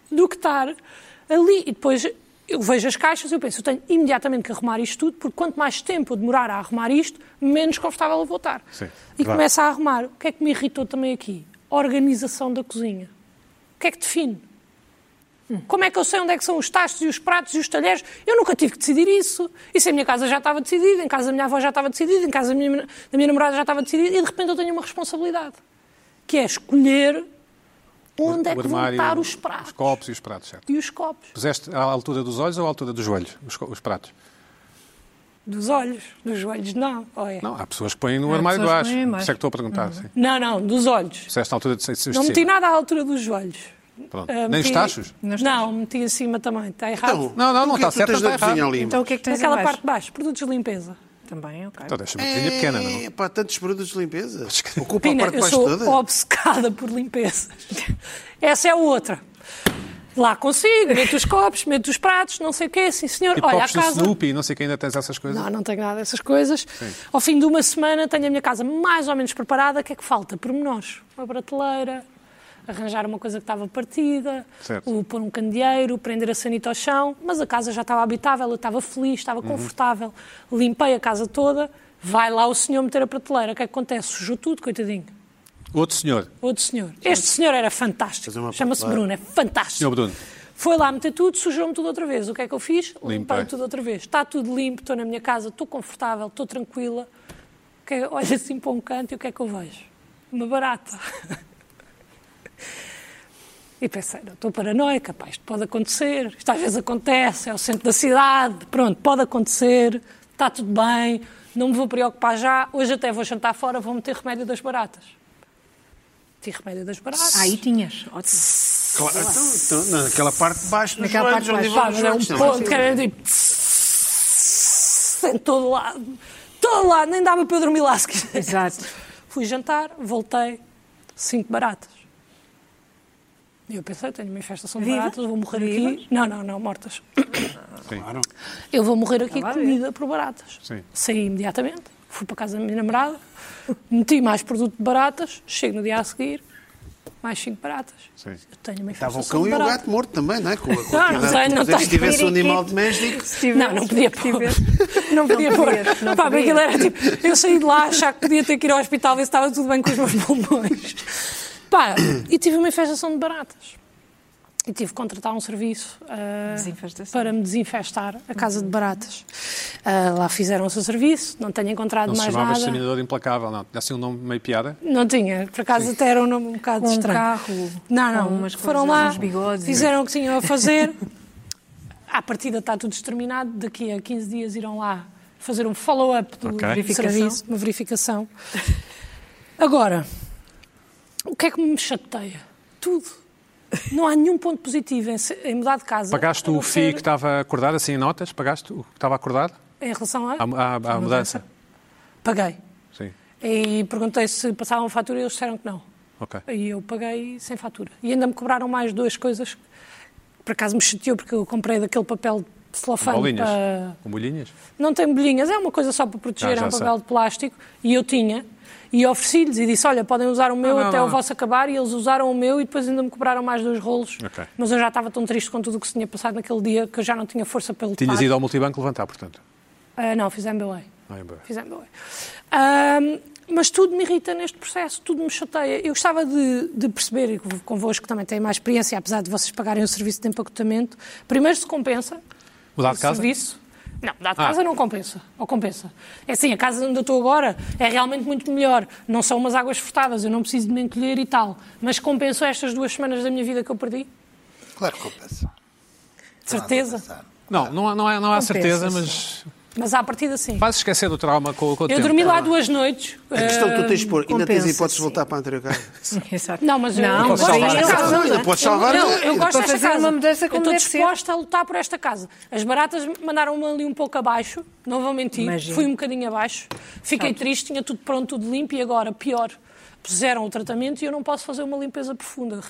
F: do que estar ali. E depois eu vejo as caixas e eu penso, eu tenho imediatamente que arrumar isto tudo, porque quanto mais tempo eu demorar a arrumar isto, menos confortável eu vou estar.
A: Sim,
F: e
A: claro.
F: começo a arrumar. O que é que me irritou também aqui? A organização da cozinha. O que é que define? Como é que eu sei onde é que são os tachos e os pratos e os talheres? Eu nunca tive que decidir isso. Isso em minha casa já estava decidido, em casa da minha avó já estava decidido, em casa da minha, da minha namorada já estava decidido e de repente eu tenho uma responsabilidade, que é escolher onde é
A: O
F: que vão
A: armário,
F: estar os pratos
A: Os copos e os pratos, certo.
F: e os copos.
A: Puseste à altura dos olhos ou à altura dos joelhos, os, co- os pratos?
F: Dos olhos, dos joelhos não. Oh, é. não.
A: Não, há pessoas que põem no
C: Há
A: armário de
C: pessoas que
A: baixo.
C: põem em
A: Por isso é que
C: baixo.
A: estou a perguntar. sim.
F: Não, dos olhos.
A: Puseste à altura de, de, de
F: Uhum. Não meti
A: cima.
F: nada à altura dos joelhos.
A: Pronto.
F: Ah,
A: Nem os
F: meti-
A: tachos?
F: Não, meti em cima também. Está errado.
B: Então,
A: Não, não, não
B: o que
A: está
B: é que tu
A: certo,
B: tens
A: está
B: da cozinha
A: errado.
B: limpa?
C: Então o que é que tens
F: Naquela
C: em
F: parte
C: baixo?
F: de baixo, produtos de limpeza.
C: Também, ok.
A: Então deixa-me a cozinha pequena, não?
B: É, pá, tantos produtos de limpeza. Ocupa
F: Pina,
B: a parte de
F: eu
B: baixo
F: sou
B: toda.
F: obcecada por limpeza. Essa é outra. Lá consigo, meto os copos, meto os pratos, não sei o quê, sim senhor.
A: Tipo
F: Olha, a
A: copos do
F: casa.
A: Snoopy, não sei que ainda tens essas coisas.
F: Não, não tenho nada dessas coisas. Ao fim de uma semana tenho a minha casa mais ou menos preparada. O que é que falta? Pormenores. Uma prateleira, arranjar uma coisa que estava partida,
A: Certo.
F: o pôr um candeeiro, prender a sanita ao chão. Mas a casa já estava habitável, eu estava feliz, estava
B: Uhum.
F: confortável. Limpei a casa toda. Vai lá o senhor meter a prateleira. O que é que acontece? Sujou tudo, coitadinho.
A: Outro senhor,
F: Outro senhor. Este senhor era fantástico.
B: Fazer uma
F: Chama-se
B: prateleira.
F: Bruno, é fantástico.
A: senhor Bruno.
F: Foi lá meter tudo, sujou-me tudo outra vez. O que é que eu fiz?
A: Limpei.
F: Limpei tudo outra vez. Está tudo limpo, estou na minha casa, estou confortável, estou tranquila. Que- Olho assim para um canto e o que é que eu vejo? Uma barata. E pensei, não, estou paranoica, pá, isto pode acontecer, isto às vezes acontece, é o centro da cidade, pronto, pode acontecer, está tudo bem, não me vou preocupar já, hoje até vou jantar fora, vou meter remédio das baratas. Meti remédio das baratas.
C: Ah, Aí tinhas, ótimo.
B: Claro, então, então, naquela parte de baixo dos
C: Naquela
B: joelhos,
C: parte
B: onde
C: de
B: vão os joelhos,
F: Pá, mas é um
C: baixo.
B: não é?
F: ponto, cara, era tipo... tss, Em todo lado. Todo lado, nem dava para eu dormir lá se quiser.
C: Exato.
F: Fui jantar, voltei, cinco baratas. E eu pensei, tenho uma infestação de
C: Vivas?
F: baratas, vou morrer
C: Vivas?
F: aqui. Não, não, não, mortas.
B: Claro.
F: Eu vou morrer aqui
C: lá a ver.
F: comida por baratas.
A: Sim.
F: Saí imediatamente, fui para casa da minha namorada, meti mais produto de baratas, chego no dia a seguir, mais cinco baratas.
A: Sim.
F: Eu tenho uma
B: Estava o
F: infestação
B: cão
F: de
B: e o
F: baratas.
B: gato morto também, não é? Com a- com a
F: Não, não
B: quantidade
F: tem,
B: de
F: não
B: coisas.
F: tem.
B: Se tivesse um
C: Periquito.
B: animal doméstico,
F: Não, não podia pôr. Não podia
C: Não
F: pôr.
C: podias, não
F: Pá,
C: podias.
F: aquilo era tipo, eu saí de lá a achar que podia ter que ir ao hospital ver se estava tudo bem com os meus pulmões. Pá, e tive uma infestação de baratas. E tive que contratar um serviço ah,
C: Desinfestação.
F: para me desinfestar a casa de baratas. Ah, lá fizeram o seu serviço, não tenho encontrado
A: Não se
F: mais
A: chamava
F: nada.
A: exterminador implacável, não. Tinha assim um nome meio piada.
F: Não tinha, por acaso até era um nome um bocado
C: Com um
F: estranho.
C: carro,
F: não,
C: com
F: não,
C: umas
F: foram
C: coisas,
F: lá,
C: uns bigodes. né?
F: fizeram o que tinham a fazer. À partida está tudo exterminado, daqui a 15 dias irão lá fazer um follow-up do
A: Ok.
C: Verificação.
F: serviço, uma verificação. Agora, o que é que me chateia? Tudo. Não há nenhum ponto positivo em, se- em mudar de casa.
A: Pagaste
F: a não
A: o FII
F: ser
C: tá-
A: que estava acordado, assim em notas? Pagaste o que estava acordado
F: Em relação a...
C: Ah,
A: à, à- à mudança?
F: Paguei.
A: Sim,
F: E perguntei se passavam fatura e eles disseram que não.
A: ok.
F: E eu paguei sem fatura. E ainda me cobraram mais duas coisas. Por acaso me chateou porque eu comprei daquele papel de celofane
A: Bolinhas?
F: para...
A: Com bolhinhas?
F: Não tem bolhinhas, é uma coisa só para proteger,
A: Ah, Já, já
F: é um
A: sei.
F: papel de plástico. E eu tinha. E ofereci-lhes e disse, olha, podem usar o meu
A: Não, não,
F: até
A: não.
F: o vosso acabar. E eles usaram o meu e depois ainda me cobraram mais dois rolos.
A: Ok.
F: Mas eu já estava tão triste com tudo o que se tinha passado naquele dia que eu já não tinha força para lutar.
A: Tinhas ido ao multibanco levantar, portanto.
F: Ah, não, fiz MBA.
A: Ah, MBA.
F: Fiz MBA. Ahm, mas tudo me irrita neste processo, tudo me chateia. Eu gostava de, de perceber, e convosco também tem mais experiência, apesar de vocês pagarem o serviço de empacotamento, primeiro se compensa
A: Mudar
F: o
A: de casa?
F: serviço. Não, mudar de
A: Ah.
F: casa não compensa. Ou compensa. É assim, a casa onde eu estou agora é realmente muito melhor. Não são umas águas furtadas, eu não preciso de me encolher e tal. Mas compensou estas duas semanas da minha vida que eu perdi?
D: Claro que compensa.
F: De certeza.
A: Não, não há, não há, não há certeza, mas
F: Mas à partida, sim.
A: faz esquecer do trauma com, com o
F: Eu
A: tempo.
F: dormi lá duas noites.
B: A questão que tu tens de pôr, ainda tens
C: compensa,
B: a hipótese de
C: sim.
B: voltar para a anterior casa.
C: Exato.
F: Não, mas eu-
C: não,
F: eu
C: mas
F: gosto
C: aí
F: desta
C: não.
F: casa.
B: Não, é? ainda podes salvar.
F: Não, eu
B: Ainda
F: gosto
C: para
F: desta
C: fazer
F: casa.
C: uma mudança
F: eu
C: como
F: estou
C: deve ser.
F: disposta a lutar por esta casa. As baratas mandaram-me ali um pouco abaixo, Não vou mentir,
C: Imagino.
F: fui um bocadinho abaixo. Fiquei triste, tinha tudo pronto, tudo limpo e agora, pior, puseram o tratamento e eu não posso fazer uma limpeza profunda.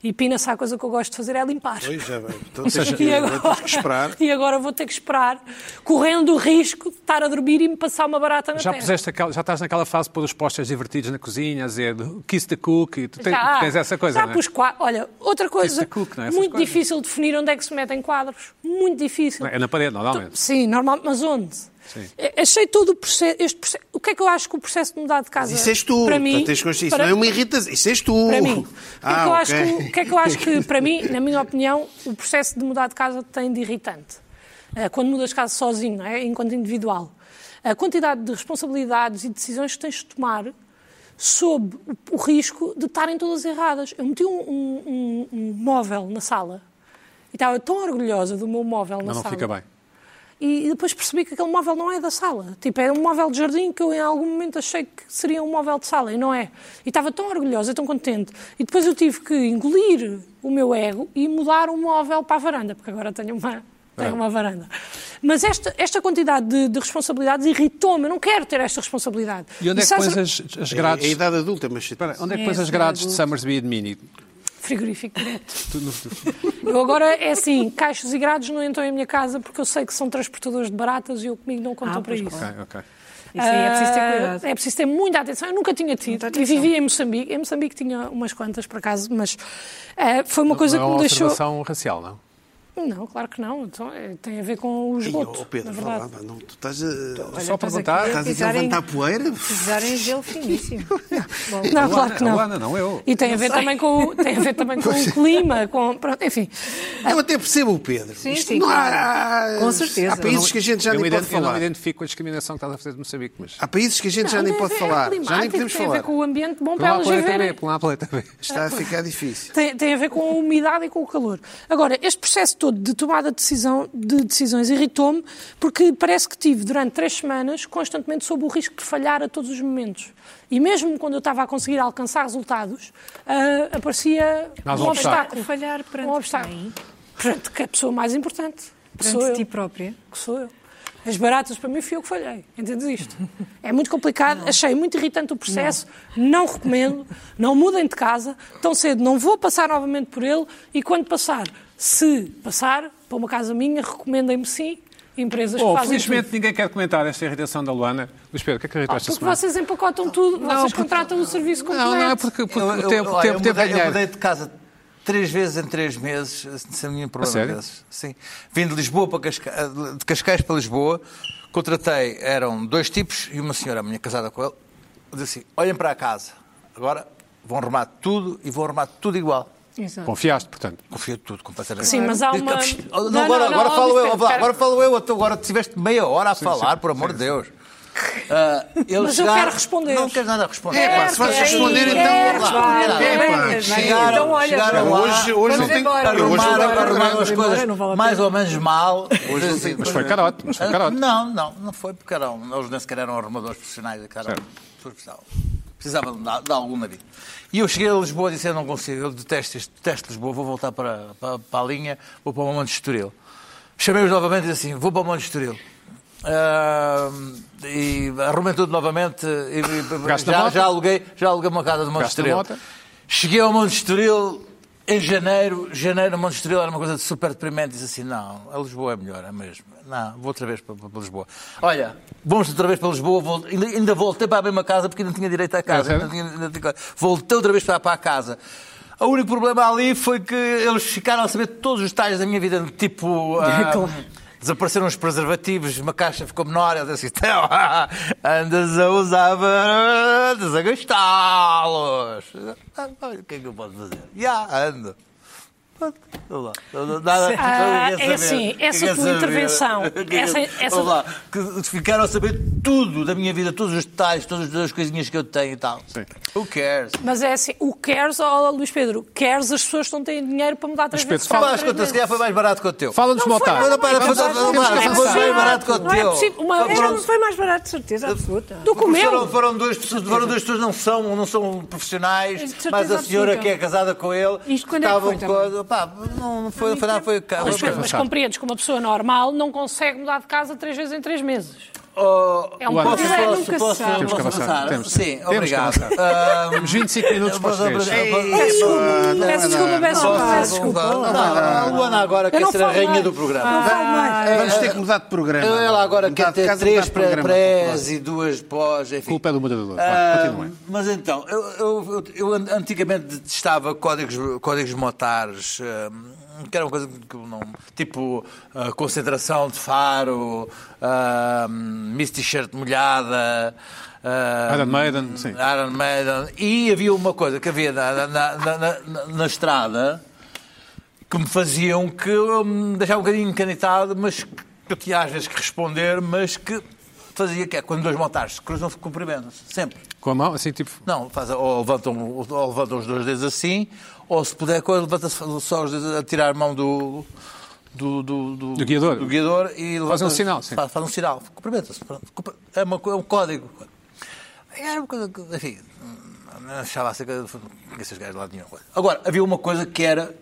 F: E pina-se a coisa que eu gosto de fazer é limpar.
B: Pois já vai. Então tens que,
F: E
B: agora tens que esperar.
F: e agora vou ter que esperar, correndo o risco de estar a dormir e me passar uma barata na
A: Já,
F: perna.
A: puseste aquela- já estás naquela fase de pôr os posters divertidos na cozinha, a dizer kiss the cook, e tu tens,
F: Já.
A: tens essa coisa,
F: Já
A: não é?
F: pus qua- Olha, outra coisa,
A: the cook, não é? Essas
F: muito
A: coisas.
F: difícil definir onde é que se metem quadros. Muito difícil.
A: É na parede, normalmente.
F: Sim, normal, mas onde? Eh, Achei todo o processo, este processo. O que é que eu acho que o processo de mudar de casa.
B: Isso és tu.
F: Para mim,
B: Portanto, tens consciência.
F: para-
B: Não é uma irritação. Isso és tu.
F: para mim.
B: Ah,
F: o, que é que eu
B: ok.
F: acho que, o que é que eu acho que, para mim, na minha opinião, o processo de mudar de casa tem de irritante? Eh, Quando mudas de casa sozinho, não é? enquanto individual. A quantidade de responsabilidades e decisões que tens de tomar sob o- o risco de estarem todas erradas. Eu meti um, um- um- um móvel na sala e estava tão orgulhosa do meu móvel na
A: Mas não
F: sala.
A: fica bem.
F: E depois percebi que aquele móvel não é da sala. Tipo, é um móvel de jardim que eu em algum momento achei que seria um móvel de sala e não é. E estava tão orgulhosa, tão contente. E depois eu tive que engolir o meu ego e mudar o móvel para a varanda, porque agora tenho uma,
A: É.
F: tenho uma varanda. Mas esta, esta quantidade de, de responsabilidades irritou-me. Eu não quero ter esta responsabilidade.
A: E onde é que
F: sabes-
A: pões as, as
B: É a
A: grades?
B: idade adulta, mas...
A: Espera, onde é que
C: É,
A: pões as
C: sim,
A: grades de
C: adulto.
A: Summersby e de Mini?
F: Frigorífico direto. Eu agora é assim, caixas e grados não entram em minha casa porque eu sei que são transportadores de baratas e eu comigo não contam
C: Ah,
F: para
C: pois,
F: isso.
A: Ok, ok.
C: Isso aí é preciso ter
F: Ah,
C: cuidado.
F: É preciso ter muita atenção. Eu nunca tinha tido.
C: Muita
F: E
C: atenção.
F: vivia em Moçambique. Em Moçambique tinha umas quantas, por acaso, mas ah, foi uma coisa
A: não
F: que
A: é
F: me
A: uma
F: deixou.
A: observação racial, não?
F: Não, claro que não. Então, eh, tem a ver com o esgoto.
B: Oh, Pedro,
F: na
B: vá lá,
F: verdade.
B: pá, não, tu estás a...
A: Só
C: estás
A: perguntar.
C: aqui a
B: Estás aqui a
C: pisar em-
B: levantar poeira?
C: Pisar em gelo finíssimo. Bom,
F: Não, claro que
A: A
F: não.
A: Luana, não eu.
F: E tem a ver também com o, tem a ver também com o clima, com, pronto, enfim.
B: Eu até percebo o Pedro.
C: Sim,
B: Isto
C: sim,
B: não há-
C: claro. Com certeza.
B: Há países que a gente já
A: eu
B: nem
A: me
B: pode
A: ident- eu não me
B: falar.
A: identifico com a discriminação que estás a fazer de Moçambique, mas...
B: Há países que a gente já
F: Não,
B: nem
F: tem a
B: pode
F: ver-
B: falar.
F: é
B: Já nem podemos
F: climático, Tem a ver
B: falar.
F: com o ambiente bom
A: Por um
F: para
A: lado
F: elas
A: planeta B,
F: viverem.
A: por um lado planeta B.
B: Está a ficar difícil.
F: Tem, tem a ver com a umidade e com o calor. Agora, este processo todo de tomada de, decisão, de decisões irritou-me porque parece que tive durante três semanas constantemente sob o risco de falhar a todos os momentos. E mesmo quando eu estava a conseguir alcançar resultados, ah, aparecia
A: Mais
F: um,
A: um
F: obstáculo.
C: falhar perante
F: Um obstáculo.
C: quem?
F: Perante que é a pessoa mais importante, que sou
C: Perante
F: eu.
C: ti própria.
F: Que sou eu. As baratas para mim fui eu que falhei. Entendes isto? É muito complicado, achei muito irritante o processo, não, recomendo, não mudem de casa, tão cedo não vou passar novamente por ele e quando passar, se passar para uma casa minha, recomendem-me sim empresas
A: Bom,
F: que fazem
A: felizmente ninguém quer comentar esta irritação da Luana. Luís Pedro, o que é que irritou
F: tudo.
A: esta
F: Porque
A: semana?
F: vocês empacotam tudo, vocês
A: porque-
F: contratam o serviço completo.
A: Não, não, é porque, porque
D: Eu-
A: o
D: eu-
A: tempo,
D: olha,
A: o tempo
D: eu
A: teve a
D: mudei, eu
A: ganhar.
D: mudei de casa três vezes em três meses, sem nenhum
A: sério?
D: problema desses. Sim. Vim de Lisboa para Casca... de Cascais para Lisboa, contratei, eram dois tipos e uma senhora minha casada com ele, disse assim, olhem para a casa, agora vão arrumar tudo e vão arrumar tudo igual.
A: Confiaste, portanto.
D: Confio em tudo, completamente.
F: Sim, mas há uma-
D: Não,
F: Não,
D: agora,
F: não, não,
D: agora
F: ó,
D: falo eu,
F: Vicente,
D: agora,
F: espera.
D: agora falo eu, tu agora tiveste meia hora a falar, por amor de Deus. Ah, ele
F: Mas eu
D: chegar-
F: quero responder.
D: Não queres nada a responder.
B: É, pá, se vais responder,
C: Quer,
B: então...
C: quer,
B: vá lá.
C: vai,
B: É, pá,
C: vai, vai.
D: chegaram,
C: Então, olha,
D: chegaram
C: vamos
D: lá,
B: Hoje, hoje não
C: Vamos
B: tem...
C: embora,
B: Hoje não
C: vamos
B: tem...
C: embora.
B: cartão.
D: arrumaram as coisas
C: não vale a
D: mais
C: pena.
D: ou menos mal.
A: Mas foi carote, mas foi carote.
D: Não, não, não foi porque eram, eles nem sequer eram arrumadores profissionais, eram
A: Certo.
D: pessoas que precisavam- precisavam de, de algum nariz. E eu cheguei a Lisboa e disse, eu não consigo, eu detesto isto, detesto Lisboa, vou voltar para, para, para a linha, vou para o Monte de Estoril. Chamei-os novamente e disse assim, vou para o Monte de Estoril. Ah, e arrumei tudo novamente e, e-
A: Pegaste na
D: já,
A: moto?
D: já aluguei, já aluguei uma casa do Monte de
A: Pegaste na
D: Estoril.
A: moto?
D: Cheguei ao Monte Estoril em janeiro. Janeiro no Monte Estoril era uma coisa super deprimente. Disse assim: não, a Lisboa é melhor, é mesmo. Não, vou outra vez para, para- para Lisboa. Olha, vamos outra vez para Lisboa. vou- ainda, ainda voltei para a mesma casa porque não tinha direito à casa.
A: sério?
D: não tinha- não tinha- voltei outra vez para, para a casa. O único problema ali foi que eles ficaram a saber todos os detalhes da minha vida, tipo. ah, Desapareceram os preservativos, uma caixa ficou menor, eu disse então, andas a usar, andas a gastá-los. Ah, olha, O que é que eu posso fazer? Já, ando. Pronto, vou lá. Não- não- Nada,
F: Ah,
D: não
F: é
D: quer saber.
F: assim,
D: Não
F: essa
D: quer
F: tua
D: saber.
F: intervenção,
D: Não quer
F: essa-
D: saber.
F: essa-
D: Vou lá. Que Ficaram a saber tudo da minha vida, todos os detalhes, todas as coisinhas que eu tenho e tal.
A: Sim.
D: Who cares?
F: Mas é assim, o cares, ó Luís Pedro, cares as pessoas que não têm dinheiro para mudar três
A: Pedro,
F: vezes.
A: fala-
D: Fala,
F: Fala
D: as contas, se calhar foi mais barato que o teu.
A: Fala-nos do
F: foi
A: otário.
F: nada.
D: Não, para,
A: Vamos
D: foi-
A: lá,
D: foi-
A: temos que
D: foi-
A: avançar.
D: foi-
F: Não é
D: mais barato que o
F: possível.
D: teu.
F: Não é possível. Uma-
D: Ah,
F: era-
D: pronto.
C: Não foi mais barato, de certeza absoluta.
F: Do que o meu.
D: Foram, foram dois, pessoas- foram duas pessoas não são, não são
C: De
D: profissionais,
C: certeza
D: mas a senhora
C: absoluta.
D: que é casada com ele
C: Isto quando é que
D: estavam
C: foi
D: com. pá, não, não foi, foi nada, foi carro.
F: Mas, mas
A: passar.
F: compreendes que uma pessoa normal não consegue mudar de casa três vezes em três meses.
D: Oh,
F: É um
A: Luana,
F: pouco.
D: posso,
C: Mas é,
D: posso,
C: nunca
D: posso,
C: se sabe.
D: posso
A: Temos que avançar,
D: passar?
A: temos.
D: Sim,
A: Temos que
D: obrigado.
A: Temos 25 minutos para os três.
C: Peço desculpa, peço desculpa, peço desculpa. Ah.
D: A Luana agora quer
F: não
D: ser a
F: falo
D: rainha
F: mais.
D: do programa.
B: Vamos ter que mudar de programa.
D: É. Ela agora
B: Mudar
D: quer
B: de
D: ter
B: casa, mudar
D: três
B: de
D: pré-
B: programa.
D: prés e duas pós,
A: A
D: enfim.
A: culpa é do moderador.
D: Ah,
A: Vá, Continuem.
D: Mas então, eu, eu- eu- eu an- antigamente detestava códigos, códigos motares, hum, que era uma coisa que eu não. Tipo, ah, concentração de faro, ah, Miss T-shirt molhada. ah,
A: Iron Maiden, sim.
D: Iron Maiden. E havia uma coisa que havia na, na- na- na- na- na estrada que me faziam que eu me deixava um bocadinho encanetado, mas que eu tinha às vezes que responder, mas que fazia que é quando dois montares se cruzam, se cumprimentam-se, sempre.
A: Com a mão, assim, tipo...
D: Não, faz, ou, levantam, ou levantam os dois dedos assim, ou se puder, coisa, levanta só os dedos a tirar a mão do. Do, do,
A: Do guiador.
D: guiador e levanta-
A: um sinal, sim.
D: Faz, faz um sinal. Cumprimenta-se. pronto. Cumpri- É, uma co- é um código. Era uma coisa que, enfim, não achava assim que esses gajos lá tinham coisa. Agora, havia uma coisa que era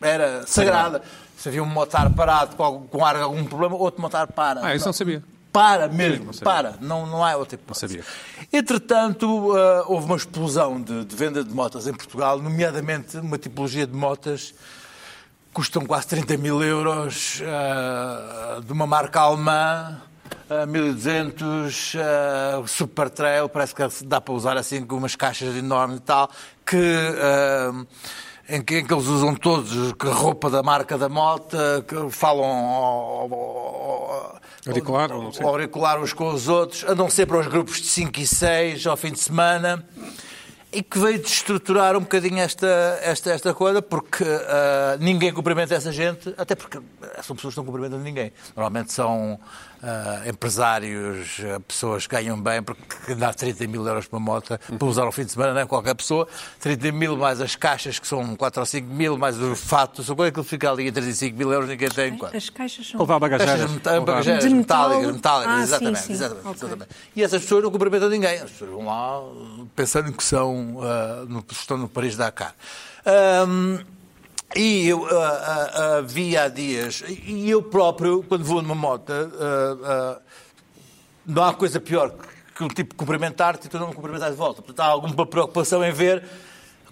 D: era sagrada. Se havia um motar parado com algum, com algum problema, outro motar para.
A: Ah, isso não sabia.
D: Para mesmo,
A: Não sabia.
D: para. Não, não há outra hipótese.
A: Não sabia.
D: Entretanto, ah, houve uma explosão de, de venda de motas em Portugal, nomeadamente uma tipologia de motas que custam quase 30 mil euros, ah, de uma marca alemã, ah, 1200, ah, super trail, parece que dá para usar assim com umas caixas enormes e tal, que... ah, em que, em que eles usam todos que a roupa da marca da moto, que falam ao- ao- ao-
A: Auricular, ou não sei.
D: ao auricular uns com os outros, andam sempre aos grupos de 5 e 6 ao fim de semana e que veio destruturar um bocadinho esta, esta, esta coisa, porque ah, ninguém cumprimenta essa gente, até porque ah, são pessoas que não cumprimentam ninguém. Normalmente são ah, empresários, ah, pessoas que ganham bem, porque dá 30 mil euros para uma moto para usar ao fim de semana, não é qualquer pessoa. 30 mil mais as caixas, que são 4 ou 5 mil, mais o fato, só coisa que fica ali em 35 mil euros, ninguém tem. quanto.
C: As caixas são...
A: Levar bagageiras.
D: Caixas meta- bagageiras
C: De metal?
D: metálicas, metálicas,
C: Ah, sim,
D: exatamente,
C: sim.
D: exatamente,
C: Ok.
D: exatamente. E essas pessoas não cumprimentam ninguém. As pessoas vão lá uh, pensando que são, uh, no, estão no Paris Dakar. Ahm, e eu ah, ah, ah, vi há dias, e eu próprio, quando vou numa moto, ah, ah, não há coisa pior que um tipo cumprimentar-te e tu não me cumprimentar de volta. Portanto, há alguma preocupação em ver.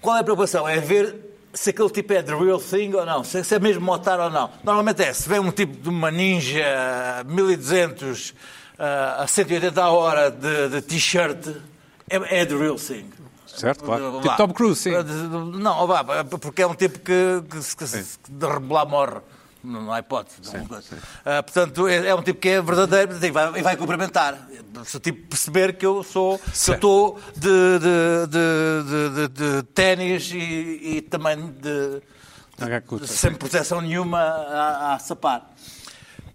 D: Qual é a preocupação? É ver se aquele tipo é the real thing ou não, se se é mesmo motar ou não. Normalmente é, se vem um tipo de uma Ninja 1200 ah, a 180 a hora de, de t-shirt, é, é the real thing.
A: Certo, claro.
D: Vá.
A: Tipo Tom Cruise, sim.
D: Não, vá, porque é um tipo que, que, se- que se- que de rebolar morre. Não não há hipótese. não há coisa. Ah, portanto, é, é um tipo que é verdadeiro portanto, e vai, e vai cumprimentar. Se o tipo perceber que eu sou, que eu
A: Certo.
D: estou de, de, de, de, de- de ténis e, e também de,
A: Manga curta.
D: sem proteção nenhuma a, a sapar.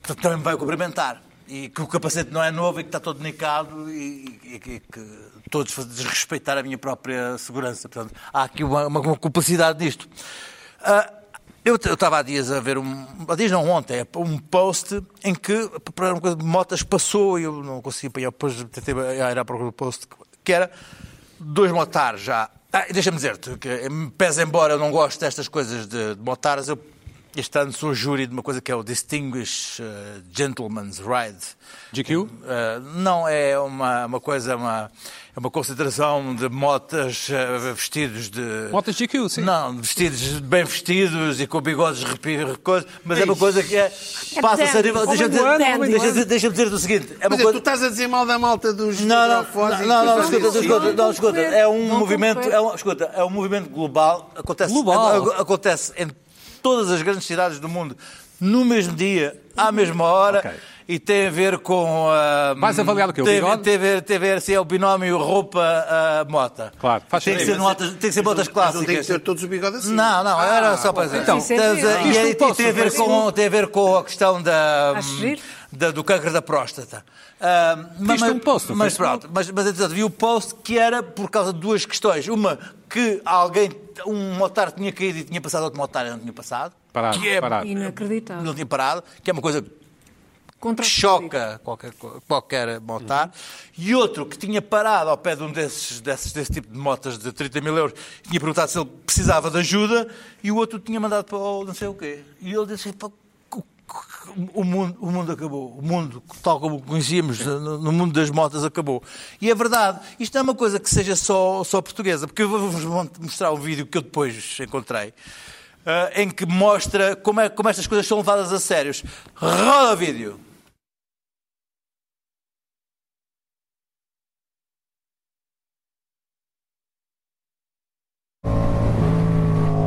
D: Portanto, também me vai cumprimentar. E que o capacete não é novo e que está todo nicado e, e- e que- que todos fazem desrespeitar a minha própria segurança. Portanto, há aqui uma, uma, uma cumplicidade nisto. Ah, eu eu estava há dias a ver um. Há dias não, ontem, um post em que para uma coisa de motas passou e eu não consegui apanhar, depois tentei a ir à procura do post, que era dois motares já. Ah, e deixa-me dizer-te, que em- pese embora eu não goste destas coisas de, de motares, eu este ano sou júri de uma coisa que é o Distinguished eh, Gentleman's Ride.
A: GQ?
D: Eh, não é uma, uma coisa, uma, é uma concentração de motas eh, vestidos de.
A: Motas GQ, sim.
D: Não, vestidos bem vestidos e com bigodes repi- coisa, mas é uma coisa que é. Passa-se a
F: dandy.
D: nível. Deixa-me
F: Como
D: dizer,
F: dandy.
D: deixa-me dizer- deixa-me dizer o seguinte: é
B: Quer
D: uma
B: dizer, tu
D: coisa.
B: estás a dizer mal da malta dos
D: Não, não,
B: microfones e
D: não, não,
B: coisas
D: escuta,
B: assim.
D: escuta, não, escuta, é um
C: Não
D: movimento,
C: concordo.
D: é um, escuta, é um movimento global, acontece,
A: Global.
D: a- a- acontece em todas as grandes cidades do mundo, no mesmo dia, à mesma hora,
A: Ok.
D: e tem a ver com... ah,
A: Mais avaliado que o
D: tem,
A: bigode?
D: tem a ver, tem a ver se é o binómio roupa-mota.
A: Claro, faz
D: tem que,
A: sentido.
D: ser notas, tem que ser botas
B: Mas não tem que
D: clássicas.
B: ter todos os bigodes assim.
D: Não, não, era só para dizer.
A: Então,
D: Tem- tem-
A: Isto
D: e-
A: não
D: e
A: posso,
D: tem, a ver
A: mas-
D: com, tem a ver com a questão da, hum,
C: Acho giro.
D: da- do câncer da próstata. Ah, mas,
A: Viste um post no
D: mas
A: Facebook?
D: pronto, mas, mas entretanto, vi o post que era por causa de duas questões. Uma, que alguém, um motar tinha caído e tinha passado, outro motar e não tinha passado.
A: Parado,
D: que é,
A: parado.
C: Inacreditável.
D: Não tinha parado, que é uma coisa
C: Contra
D: que
C: o
D: choca qualquer, qualquer montar, e outro que tinha parado ao pé de um desses, desses, desse tipo de motas de 30 mil euros, e tinha perguntado se ele precisava de ajuda, e o outro tinha mandado para o não sei o quê. E ele disse, "Pá, o- o mundo, o mundo acabou. O mundo, tal como o conhecíamos no, no mundo das motas, acabou. E é verdade. Isto não é uma coisa que seja só, só portuguesa, porque eu vou-vos mostrar um vídeo que eu depois encontrei, ah, em que mostra como, é, como estas coisas são levadas a sérios. Roda o vídeo!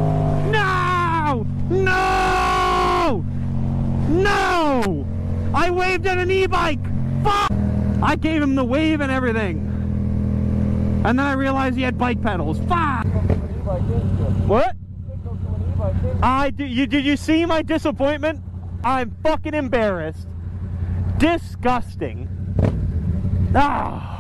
G: No! No! No! I waved at an e-bike. Fuck! I gave him the wave and everything. And then I realized he had bike pedals. Fuck! What? I did you did you see my disappointment? I'm fucking embarrassed. Disgusting. Ah.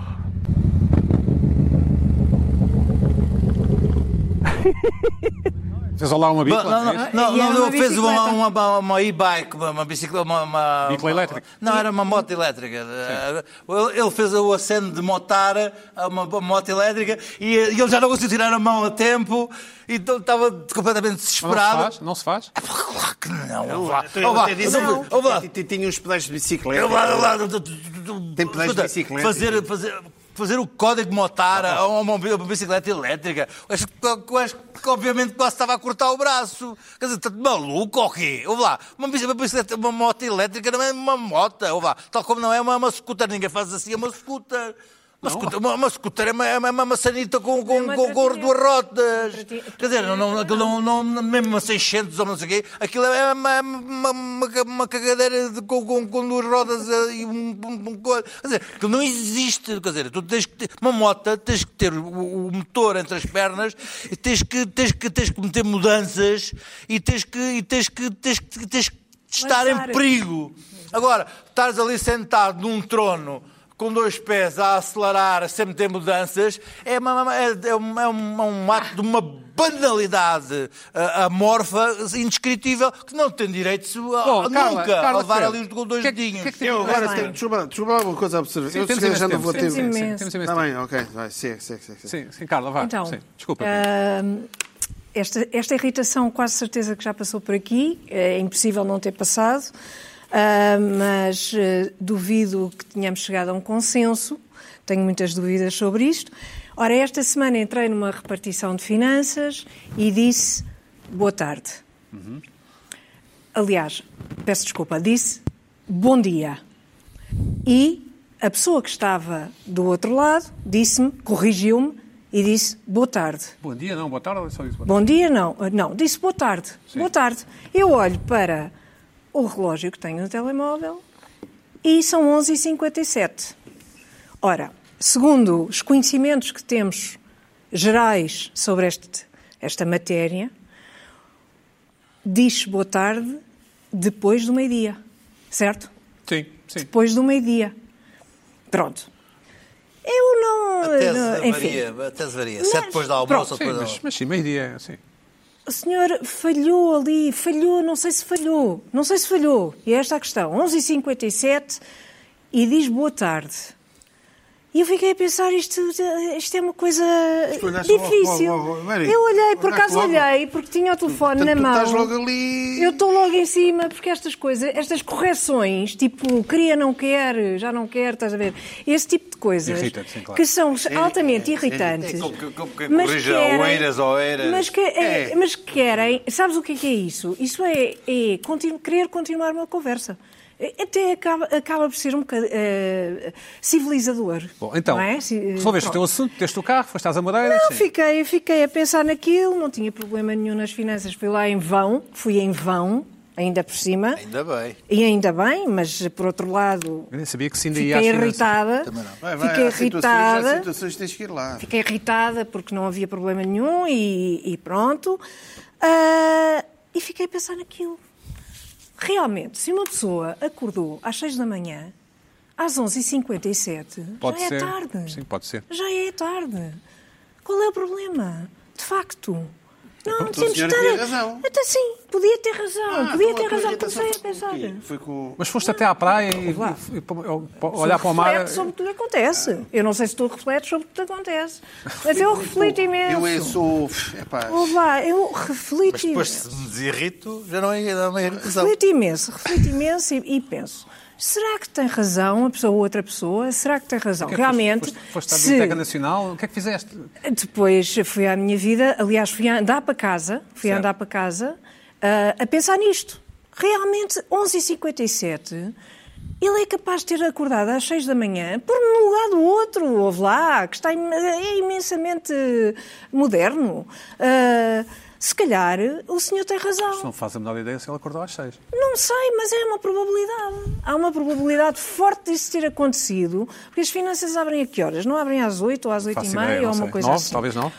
A: Fez lá uma
D: Não,
A: bicla?
D: não,
A: é isso?
D: não,
C: E
D: não,
C: era uma
D: eu fiz uma,
C: bicicleta.
D: uma, uma, uma e-bike, uma, uma bicicleta, uma, uma-
A: Bicla elétrica.
D: Não, era uma moto elétrica. Eh, Ele- Ele fez o aceno de motar a uma, uma moto elétrica e, eh, e ele já não conseguiu tirar a mão a tempo e então estava
A: Mas
D: completamente
A: não se
D: desesperado.
A: faz? Não se faz?
D: Pá, Claro que não. oh,
B: Não,
D: ouve lá,
B: então eu
D: ouve lá,
B: até disse-
D: ouve lá, ouve lá.
B: Ti- ti- Tinha uns pedais de bicicleta.
D: Eu lá, eu lá,
B: Tem pedais de bicicleta. Ah.
D: Fazer, fazer, fazer o código motar a uma, uma bicicleta elétrica. Acho que, acho que, obviamente, quase estava a cortar o braço. Quer dizer, está maluco ou quê? Ouve lá, uma, bici- uma bicicleta, uma moto elétrica não é uma moto. Ouve lá, tal como não é uma, uma scooter. Ninguém faz assim, é uma scooter. Uma scooter, uma, uma scooter é uma, é uma- uma maçanita com, com,
C: É uma
D: com gordo
C: trotinete.
D: a rodas.
C: Trotinete.
D: Quer dizer, não, não, aquilo não, não, mesmo uma 600 ou não sei o quê, aquilo é uma, uma, uma, uma cagadeira de, com, com, com duas rodas eh, e um, um, um coisa. Quer dizer, aquilo não existe. Quer dizer, tu tens que ter uma moto, tens que ter o, o motor entre as pernas, e tens que, tens que, tens que meter mudanças e tens que, e tens que, tens que, tens que estar em
C: Lançar.
D: perigo. Agora, estás ali sentado num trono com dois pés a acelerar, sempre tem mudanças, é, uma- uma- é- é um, é um- é um ato de uma banalidade ah, amorfa, indescritível, que não tem direito se- a-
A: Bom,
D: nunca
A: Carla, Carla
D: a levar
A: Fernandes,
D: ali os dois
A: que é que-
D: dedinhos.
A: que é que
B: Eu agora
C: Vai,
B: tenho.
C: vai.
B: Desculpa, desculpa lá uma coisa absurda.
A: Sim,
B: eu
A: temos
B: se
A: imenso
B: calhar já
A: tempo.
B: não vou
A: Sim,
B: ter.
A: sim, sim,
C: imenso.
A: Temos
B: Está
A: imenso tempo.
B: bem, ok. Vai, segue, segue, segue. segue.
A: Sim, sim, Carla, vá.
C: Então,
A: Sim, Desculpa.
C: ahm, esta, esta irritação, quase certeza que já passou por aqui, é impossível não ter passado, ah, mas eh, duvido que tenhamos chegado a um consenso, tenho muitas dúvidas sobre isto. Ora, esta semana entrei numa repartição de finanças e disse boa tarde.
A: Uhum.
C: Aliás, peço desculpa, disse bom dia. E a pessoa que estava do outro lado disse-me, corrigiu-me e disse boa tarde.
A: Bom dia, não, boa tarde, só isso. boa tarde.
C: Bom dia, não. Ah, Não, disse boa tarde. Boa tarde. Eu olho para o relógio que tenho no telemóvel e são 11h57. Ora, segundo os conhecimentos que temos gerais sobre este- esta matéria, diz boa tarde depois do meio-dia, certo?
A: Sim, sim.
C: depois do meio-dia. Pronto. Eu não.
D: A tese
C: não- enfim,
D: varia, a tese varia. Se é depois da
A: Sim,
D: almoço ou depois da
A: mas, mas sim, meio-dia, sim.
C: o senhor falhou ali, falhou, não sei se falhou, não sei se falhou. E é esta a questão. 11h57 e diz boa tarde. E eu fiquei a pensar, isto, isto é uma coisa
B: tu olhaste logo,
C: difícil.
B: logo, logo, Mary,
C: eu olhei, por
B: olhaste
C: acaso
B: logo.
C: olhei, porque tinha o telefone
B: Portanto,
C: na
B: tu
C: mão.
B: estás logo ali.
C: Eu estou logo em cima, porque estas coisas, estas correções, tipo, queria, não quer, já não quer, estás a ver? Esse tipo de coisas
A: Irrita-te, sim, claro.
C: que são altamente
D: é,
C: irritantes.
D: como que- como que
C: mas
D: corrija
C: querem-
D: oeiras, oeiras.
C: Mas, que, é, mas querem, sabes o que é que é isso? Isso é, é continu- querer continuar uma conversa. É- Até acaba, acaba por ser um bocado eh, civilizador.
A: Bom, então,
C: não é? Si- eh,
A: resolveste um o
C: pronto.
A: teu assunto, teste o carro, foste às Amoreiras.
C: Não,
A: sim.
C: fiquei, fiquei a pensar naquilo, não tinha problema nenhum nas finanças, fui lá em vão, fui em vão, ainda por cima.
D: Ainda bem.
C: E ainda bem, mas por outro lado,
A: Eu nem sabia que se ainda ia às
C: fiquei
A: finanças.
C: irritada.
B: Vai, vai,
C: Fiquei
B: há situações- Há
C: irritada.
B: situações que tens que ir lá.
C: Fiquei irritada porque não havia problema nenhum e, e pronto. Ah, e fiquei a pensar naquilo. Realmente, se uma pessoa acordou às 6 da manhã, às 11h57,
A: Pode
C: já é
A: ser.
C: tarde.
A: Sim, pode ser.
C: Já é tarde. Qual é o problema? De facto. Não,
B: Então a
C: temos de
B: senhora
C: estar.
B: tinha
C: a-
B: razão.
C: Até sim, podia ter razão,
B: Ah,
C: podia
B: então
C: ter
B: a tua
C: razão,
B: irritação
C: comecei a
B: foi com
C: pensar.
B: o quê? Foi com...
A: Mas foste até à praia e, e- e- e- olhar para o Ah. mar.
C: Reflete sobre o que lhe acontece. Eu não sei se tu refletes sobre o que te acontece, mas eu reflito
B: Eu é,
C: imenso.
B: sou... Epá,
C: Olá, eu
D: Mas
C: reflito
D: depois,
C: imenso.
D: se me desirrito, já não é, dá uma irritação.
C: Reflito imenso, reflito imenso e, e penso. Será que tem razão uma pessoa ou outra pessoa? Será que tem razão?
A: O que é que
C: Realmente,
A: Foste, foste à
C: se
A: Biblioteca Nacional, o que é que fizeste?
C: Depois fui à minha vida, aliás, fui a andar para casa, fui a andar para casa ah, a pensar nisto. Realmente, 11h57, ele é capaz de ter acordado às 6 da manhã, por no lugar do outro, houve lá, que está im- é imensamente moderno. Ah, se calhar o senhor tem razão.
A: Não faz a menor ideia se ele acordou às seis.
C: Não sei, mas é uma probabilidade. Há uma probabilidade forte disso ter acontecido, porque as finanças abrem a que horas? Não abrem às 8 ou às 8
A: Faço
C: e
A: ideia,
C: meia
A: não
C: ou uma
A: sei.
C: coisa
A: Nove,
C: assim?
A: talvez não.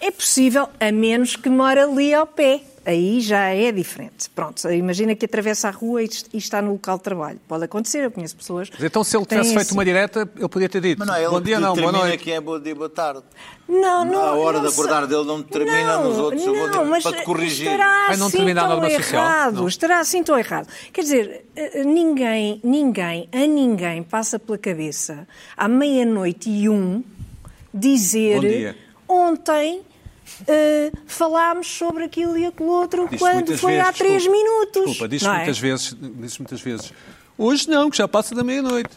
C: É possível, a menos que mora ali ao pé. Aí já é diferente. Pronto, imagina que atravessa a rua e e está no local de trabalho. Pode acontecer, eu conheço pessoas.
A: Mas então, se ele
C: que têm
A: tivesse feito
C: esse-
A: uma direta, ele podia ter dito:
D: Mas não é ele
A: Bom dia,
D: que
A: não, boa
D: determina
A: noite.
D: quem é bom dia, boa tarde.
C: Não, não.
D: A hora
C: não
D: de acordar
C: sei.
D: dele não determina nos outros, eu vou
C: Não,
D: dizer,
C: mas
D: para te corrigir.
C: Estará
A: Vai não
C: assim
A: determinar a
C: tão
A: norma social?
C: errado.
A: Não.
C: Estará assim tão errado. Quer dizer, eh, ninguém, ninguém, a ninguém passa pela cabeça à meia-noite e um
A: Bom
C: dizer
A: dia.
C: ontem. eh, falámos sobre aquilo e aquilo outro
A: Diz-se
C: quando
A: muitas
C: foi
A: vezes,
C: há três
A: desculpa,
C: minutos.
A: Desculpa, diz
C: não é?
A: muitas vezes, diz muitas vezes. Hoje não, que já passa da meia-noite.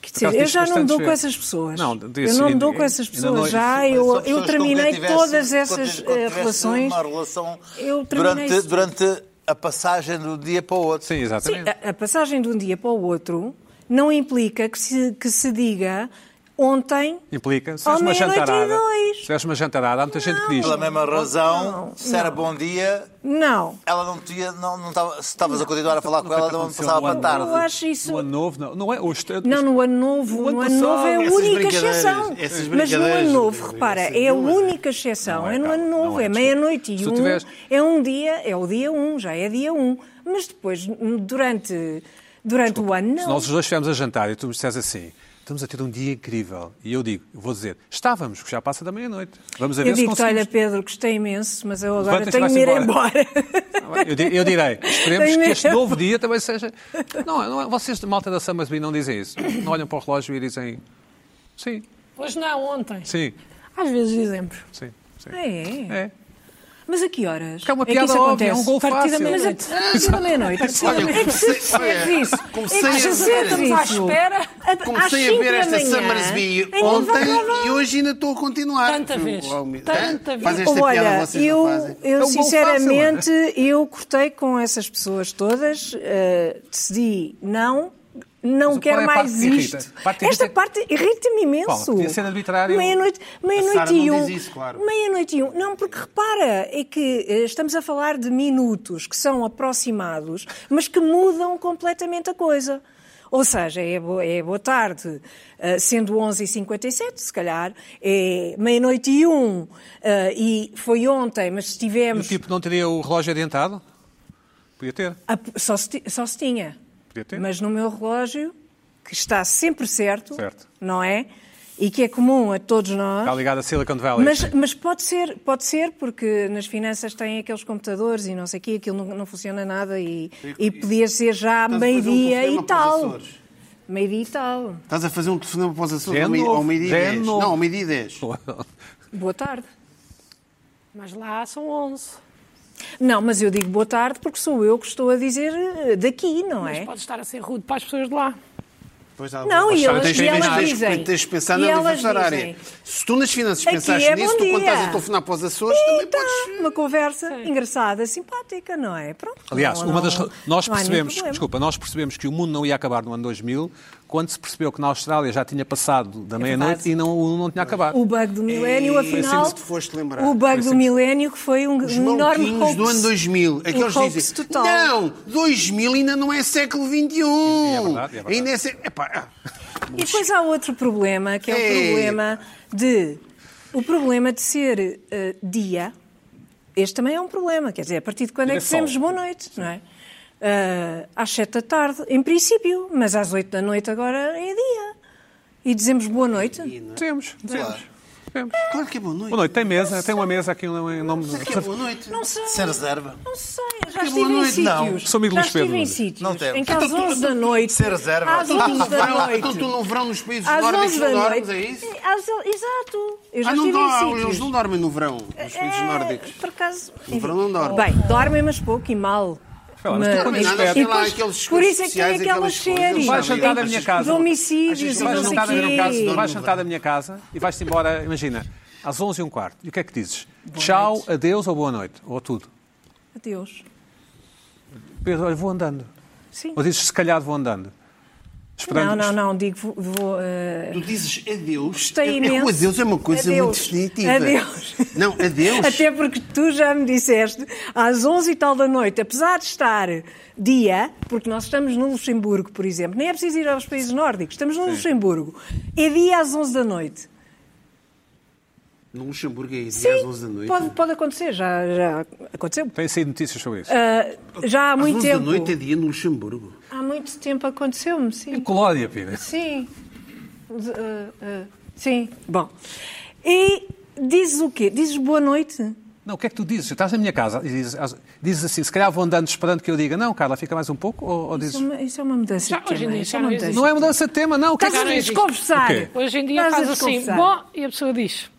C: Quer
A: acaso
C: dizer, eu
A: disse
C: já não me
A: bastantes
C: dou com
A: vezes.
C: essas pessoas.
A: Não,
C: eu
A: disse-
C: não me dou
A: ainda-
C: com essas
A: ainda não-
C: pessoas já.
D: Mas são
C: Eu,
D: pessoas
C: eu
D: que
C: terminei
D: nunca tivessem-
C: todas
D: nunca
C: essas
D: tivessem
C: eh, relações.
D: Uma relação
C: Eu terminei
D: durante,
C: isso.
D: durante a passagem do dia para o outro.
A: Sim,
C: Sim,
A: exatamente.
C: a, a passagem de um dia para o outro não implica que se, que se diga ontem.
A: Implica. Se
C: Ao
A: és uma
C: meia-noite e
A: jantarada.
C: dois.
A: Se é- és uma jantarada, há muita gente que diz.
D: Pela mesma razão,
C: não,
D: se era bom dia,
C: Não.
D: ela não tinha, não, não estava, se estavas a continuar a falar com ela, não
A: aconteceu
D: passava
A: no
D: para
A: ano.
D: tarde.
C: Eu acho isso.
A: No ano novo, não. Não é hoje.
C: Não, no ano novo.
A: No ano
C: No ano novo é a
A: passado.
C: única
B: Essas brincadeiras,
C: exceção.
B: essas
C: Mas no
B: brincadeiras,
C: ano novo,
B: não é?
C: repara,
B: Essas
C: é a
B: duas.
C: única exceção.
A: Não é,
C: é, no
A: Carla,
C: ano
A: não
C: novo,
A: é,
C: é,
A: desculpa.
C: meia-noite
A: Se
C: e
A: tu
C: um.
A: tiveres-
C: É um dia, é o dia um, já é dia um. Mas depois, durante, durante o ano,
A: Se
C: não.
A: nós os dois estivermos a jantar e tu me disseres assim, estamos a ter um dia incrível, e eu digo, eu vou dizer, estávamos, que já passa da meia-noite. Vamos a ver
C: Eu
A: se
C: digo-te, olha,
A: conseguimos.
C: Pedro, gostei imenso, mas eu agora
A: Levanta-te e
C: tenho de me ir
A: vai-se
C: embora.
A: Eu, di- eu direi, esperemos
C: Tenho
A: que este
C: medo.
A: novo dia também seja. Não, não é- vocês de malta da Summersby não dizem isso. Não olham para o relógio e dizem. Sim,
F: Hoje não, ontem.
A: sim,
F: Às vezes dizemos.
A: sim. sim.
C: É.
A: É.
C: Mas a que horas?
A: Porque é uma
C: que
A: piada
C: isso
A: óbvia, é
C: acontece?
A: um gol
F: Partida
A: fácil.
F: meia-noite.
C: Mas a partir da meia-noite, a partir da
B: é- Olha,
C: meia-noite, é que se percebe isso.
B: comecei
C: é que
B: a
C: se
B: ver-
C: percebe
F: Estamos à
C: isso.
F: espera.
C: A- às
B: Comecei a
C: cinco
B: ver
C: da
B: esta
C: manhã,
B: Summersby
C: em que
B: ontem
C: vão-
B: e hoje ainda estou a continuar.
F: Tanta vez,
B: Oh, meu-
F: tanta vez.
B: Fazem esta
C: Olha,
B: piada, vocês
C: eu,
B: não fazem.
C: eu
A: É um gol
C: sinceramente, eu cortei com essas pessoas todas, eh, decidi não, não
A: Mas
C: quero
A: qual é a
C: mais
A: parte que irrita?
C: isto.
A: A parte que
C: Esta
A: irrita-
C: parte irrita-me
A: Paula,
C: imenso.
A: podia ser arbitrário.
C: Meia-noite
B: A
C: meia
B: Sara
C: e
B: não
C: um.
B: diz isso, claro.
C: Meia-noite e um. Não, porque repara, é que eh, estamos a falar de minutos que são aproximados, mas que mudam completamente a coisa. Ou seja, é boa, é boa tarde, eh, sendo 11h57, se calhar, é meia-noite e um, eh, e foi ontem, mas
A: E o
C: tivemos.
A: tipo não teria o relógio adiantado? Podia ter.
C: a- só, se, ti- só se tinha.
A: Podia ter.
C: Mas no meu relógio, que está sempre certo,
A: Certo.
C: não é? E que é comum a todos nós.
A: Está ligado a Silicon
B: é
A: Valley.
C: Mas, mas pode, ser, pode ser, porque nas finanças têm aqueles computadores e não sei o quê, aquilo não, não funciona nada e, e podia ser já
B: Estás a fazer um
C: meio-dia
B: telefonema
C: e
B: para os
C: tal.
B: Açores.
C: Meio-dia e tal.
B: Estás a fazer um telefonema para os Açores
A: Já é
B: ao mei- ao
A: novo, já
B: meio-dia
A: é
B: e 10.
A: novo.
B: Não, ao meio-dia e 10.
C: Boa tarde.
F: Mas lá são 11.
C: Não, mas eu digo boa tarde porque sou eu que estou a dizer eh, daqui, não
F: Mas
C: é?
F: pode estar a ser rude para as pessoas de lá.
B: Pois há
C: Não,
B: algumas
C: e elas,
A: tens
C: e
A: que
C: elas
A: pensar,
B: Tens,
C: dizem.
B: tens de pensar
C: e
B: na
C: elas
B: diferença
C: dizes.
B: horária. Se tu nas finanças
C: Aqui
B: pensares
C: é
B: nisso,
C: bom
B: tu quando
C: dia.
B: estás a telefonar para os Açores, também
C: Então,
B: podes...
C: uma conversa engraçada, simpática, não é? Pronto.
A: Aliás,
C: não-
A: uma
C: não-
A: das nós
C: não há nenhum
A: percebemos,
C: problema.
A: desculpa, nós percebemos que o mundo não ia acabar no ano 2000 quando se percebeu que na Austrália já tinha passado da meia-noite
C: verdade.
A: e não, o- não tinha acabado.
C: O bug do milénio,
B: Ei,
C: afinal.
B: assim que te foste lembrar.
C: O bug do milénio que foi um,
B: Os
C: um enorme
B: maluquinhos
C: hoax. Um
B: do ano 2000, aqueles
C: hoax
B: dizem,
C: total.
B: não, 2000 ainda não é século XXI.
A: E é verdade, e é verdade.
B: Ainda é século... Epá, ah,
C: E depois há outro problema, que é o
B: Ei.
C: problema de o problema de ser eh, dia. Este também é um problema, quer dizer, a partir de quando é que
A: Ainda é sol.
C: dizemos boa noite, não é? Ah, às sete da tarde, em princípio, mas às oito da noite agora é dia. E dizemos boa noite.
A: Temos, temos.
B: Claro que é boa noite.
A: Boa noite, tem mesa, tem uma mesa aqui em nome
B: Claro que é boa noite.
C: Não sei.
D: Sem reserva.
C: Não sei, já
D: Que
C: estive
D: boa
C: em
D: noite, não.
C: sítios.
A: Sou amigo
C: já
A: Luís
C: estive
A: Pedro,
C: em
A: Luís.
C: sítios.
D: Não temos.
C: Em que às
B: Então tu-
C: 11 da noite.
D: Ser reserva.
C: Às
D: Então tu
C: 11 da
B: Verão-
C: noite.
B: Então tu no verão nos países
C: Às
B: nórdicos
C: 11
B: não
C: da
B: dormes,
C: noite.
B: é isso?
C: Às- Exato. Eu já
B: Ah, não
C: estive em
B: dormem,
C: sítios.
B: eles não dormem no verão, nos países
C: É,
B: nórdicos.
C: Por acaso. enfim.
B: verão não dorme.
C: Bem, dormem, mas pouco e mal.
A: lá, mas tu
B: comes perto.
C: e
B: Tem lá
C: depois,
B: aqueles
C: por isso é que tem
B: especiais,
C: aquelas
B: aquelas coisas,
C: séries.
A: Vai
B: Vais
A: jantar na minha casa.
C: De homicídios,
B: Achas que
C: de
A: Vais
C: não
B: eles
C: sei
A: jantar, na minha
B: quê.
A: casa,
B: Não,
C: quê.
A: vais jantar na minha casa e vais-te embora, imagina, às 11 e um quarto. E o que é que dizes? Tchau, adeus ou boa noite? Ou tudo.
C: Adeus.
A: Pedro, olha, vou andando.
C: Sim.
A: Ou dizes, se calhar vou andando.
C: Não, não, não, digo, vou. vou, eh,
B: Tu dizes adeus.
C: Gostei
B: É- é- O
C: imenso.
B: adeus é uma coisa
C: Adeus.
B: muito definitiva.
C: Adeus.
B: Não, adeus.
C: Até porque tu já me disseste, às 11 e tal da noite, apesar de estar dia, porque nós estamos no Luxemburgo, por exemplo, nem é preciso ir aos países nórdicos, estamos no Luxemburgo, é dia às 11 da noite.
B: No Luxemburgo é isso,
C: Sim,
B: é às 11 da noite.
C: Pode, pode acontecer, já, já aconteceu.
A: Tem saído notícias sobre isso.
C: Ah, já há
B: Às
C: muito
B: 11
C: tempo.
B: da noite é dia no Luxemburgo.
C: Há muito tempo aconteceu-me, sim.
A: Colónia, Pedro.
C: Sim. Z- ah, ah, sim. Bom. E dizes o quê? Dizes boa noite?
A: Não, o que é que tu dizes? Estás na minha casa e dizes, às- dizes assim, se calhar vou andando esperando que eu diga, não, Carla, fica mais um pouco, ou, ou
C: Isso é
A: dizes...
C: uma, isso é uma mudança
F: Já,
C: de tema.
F: hoje em dia
C: isso
F: já
C: é uma
F: não
C: mudança.
F: existe.
A: Não é mudança de tema, não. o que é que-
C: Estás a
F: existe.
C: desconversar.
A: O quê?
F: Hoje em dia
C: Estás a
F: faz assim,
C: desconversar.
F: bom, e a pessoa diz,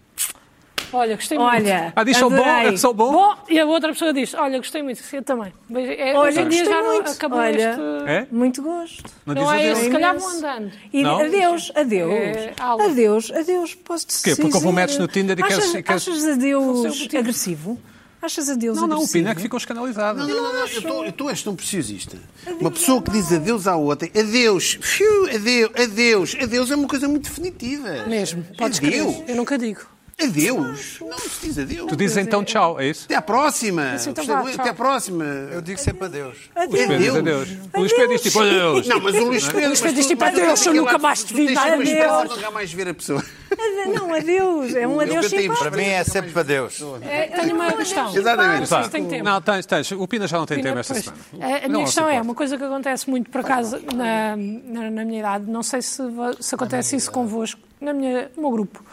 F: olha, gostei muito.
C: Olha,
A: Ah, diz só bom,
C: adorei.
A: é só bom?
F: e a outra pessoa diz, olha, gostei muito, eu também. Mas, é,
C: Olha,
F: hoje em dia
C: gostei
F: já não-
C: muito.
F: acabou
C: Olha.
F: este...
A: É?
C: Muito gosto.
A: Não
F: Não é
A: diz
F: esse,
A: adeus.
F: se calhar
C: É
F: vou
C: imenso.
F: andando.
C: E
A: Não?
C: adeus, adeus.
F: É, algo.
C: adeus, adeus, posso-te
A: Porquê? Porque
C: dizer-
A: houve um match no Tinder e
C: achas,
A: queres- e queres-
C: Achas
F: Não sei o
C: adeus
F: motivo.
C: agressivo? Achas adeus
A: Não, não, o
C: agressivo?
A: Pina é que ficou escandalizado.
B: Não, não, não, não, eu tô- eu tu és tão preciosista. Uma pessoa que diz adeus à outra, adeus, fiu, adeus, adeus, adeus é uma coisa muito definitiva.
F: Mesmo, podes
B: adeus,
F: crer. Eu nunca digo.
B: adeus. Não se diz adeus.
A: Tu dizes então tchau, é isso?
B: Até à próxima.
F: Isso, então
B: Gostei
F: vá,
B: muito,
F: tchau.
B: Até à próxima.
D: Eu digo sempre adeus.
C: Adeus.
A: Pedro, diz adeus. O Luís Pedro diz tipo, adeus.
B: Não, mas o Luís Pedro. mas
F: Pedro
B: tu-
F: diz tipo,
B: mas
F: adeus,
B: também
F: eu nunca
B: aquela-
F: mais te
B: tu
F: vi,
B: tens uma
F: adeus.
B: expressão de nunca mais ver a pessoa.
C: Ade- Não, adeus. É um adeus
B: cantei
C: simpático.
D: Para mim é sempre adeus.
F: É, tenho uma questão.
B: Exatamente.
F: Não sei se tem tempo.
A: Não, tens, tens. O Pina já não tem
F: Pina,
A: tema esta
F: pois.
A: semana.
F: A- A,
A: Não,
F: minha
A: não
F: questão
A: se
F: é,
A: importa.
F: uma coisa que acontece muito, por acaso, na, na, na minha idade, não sei se, vo- se acontece isso convosco, na minha, no meu grupo,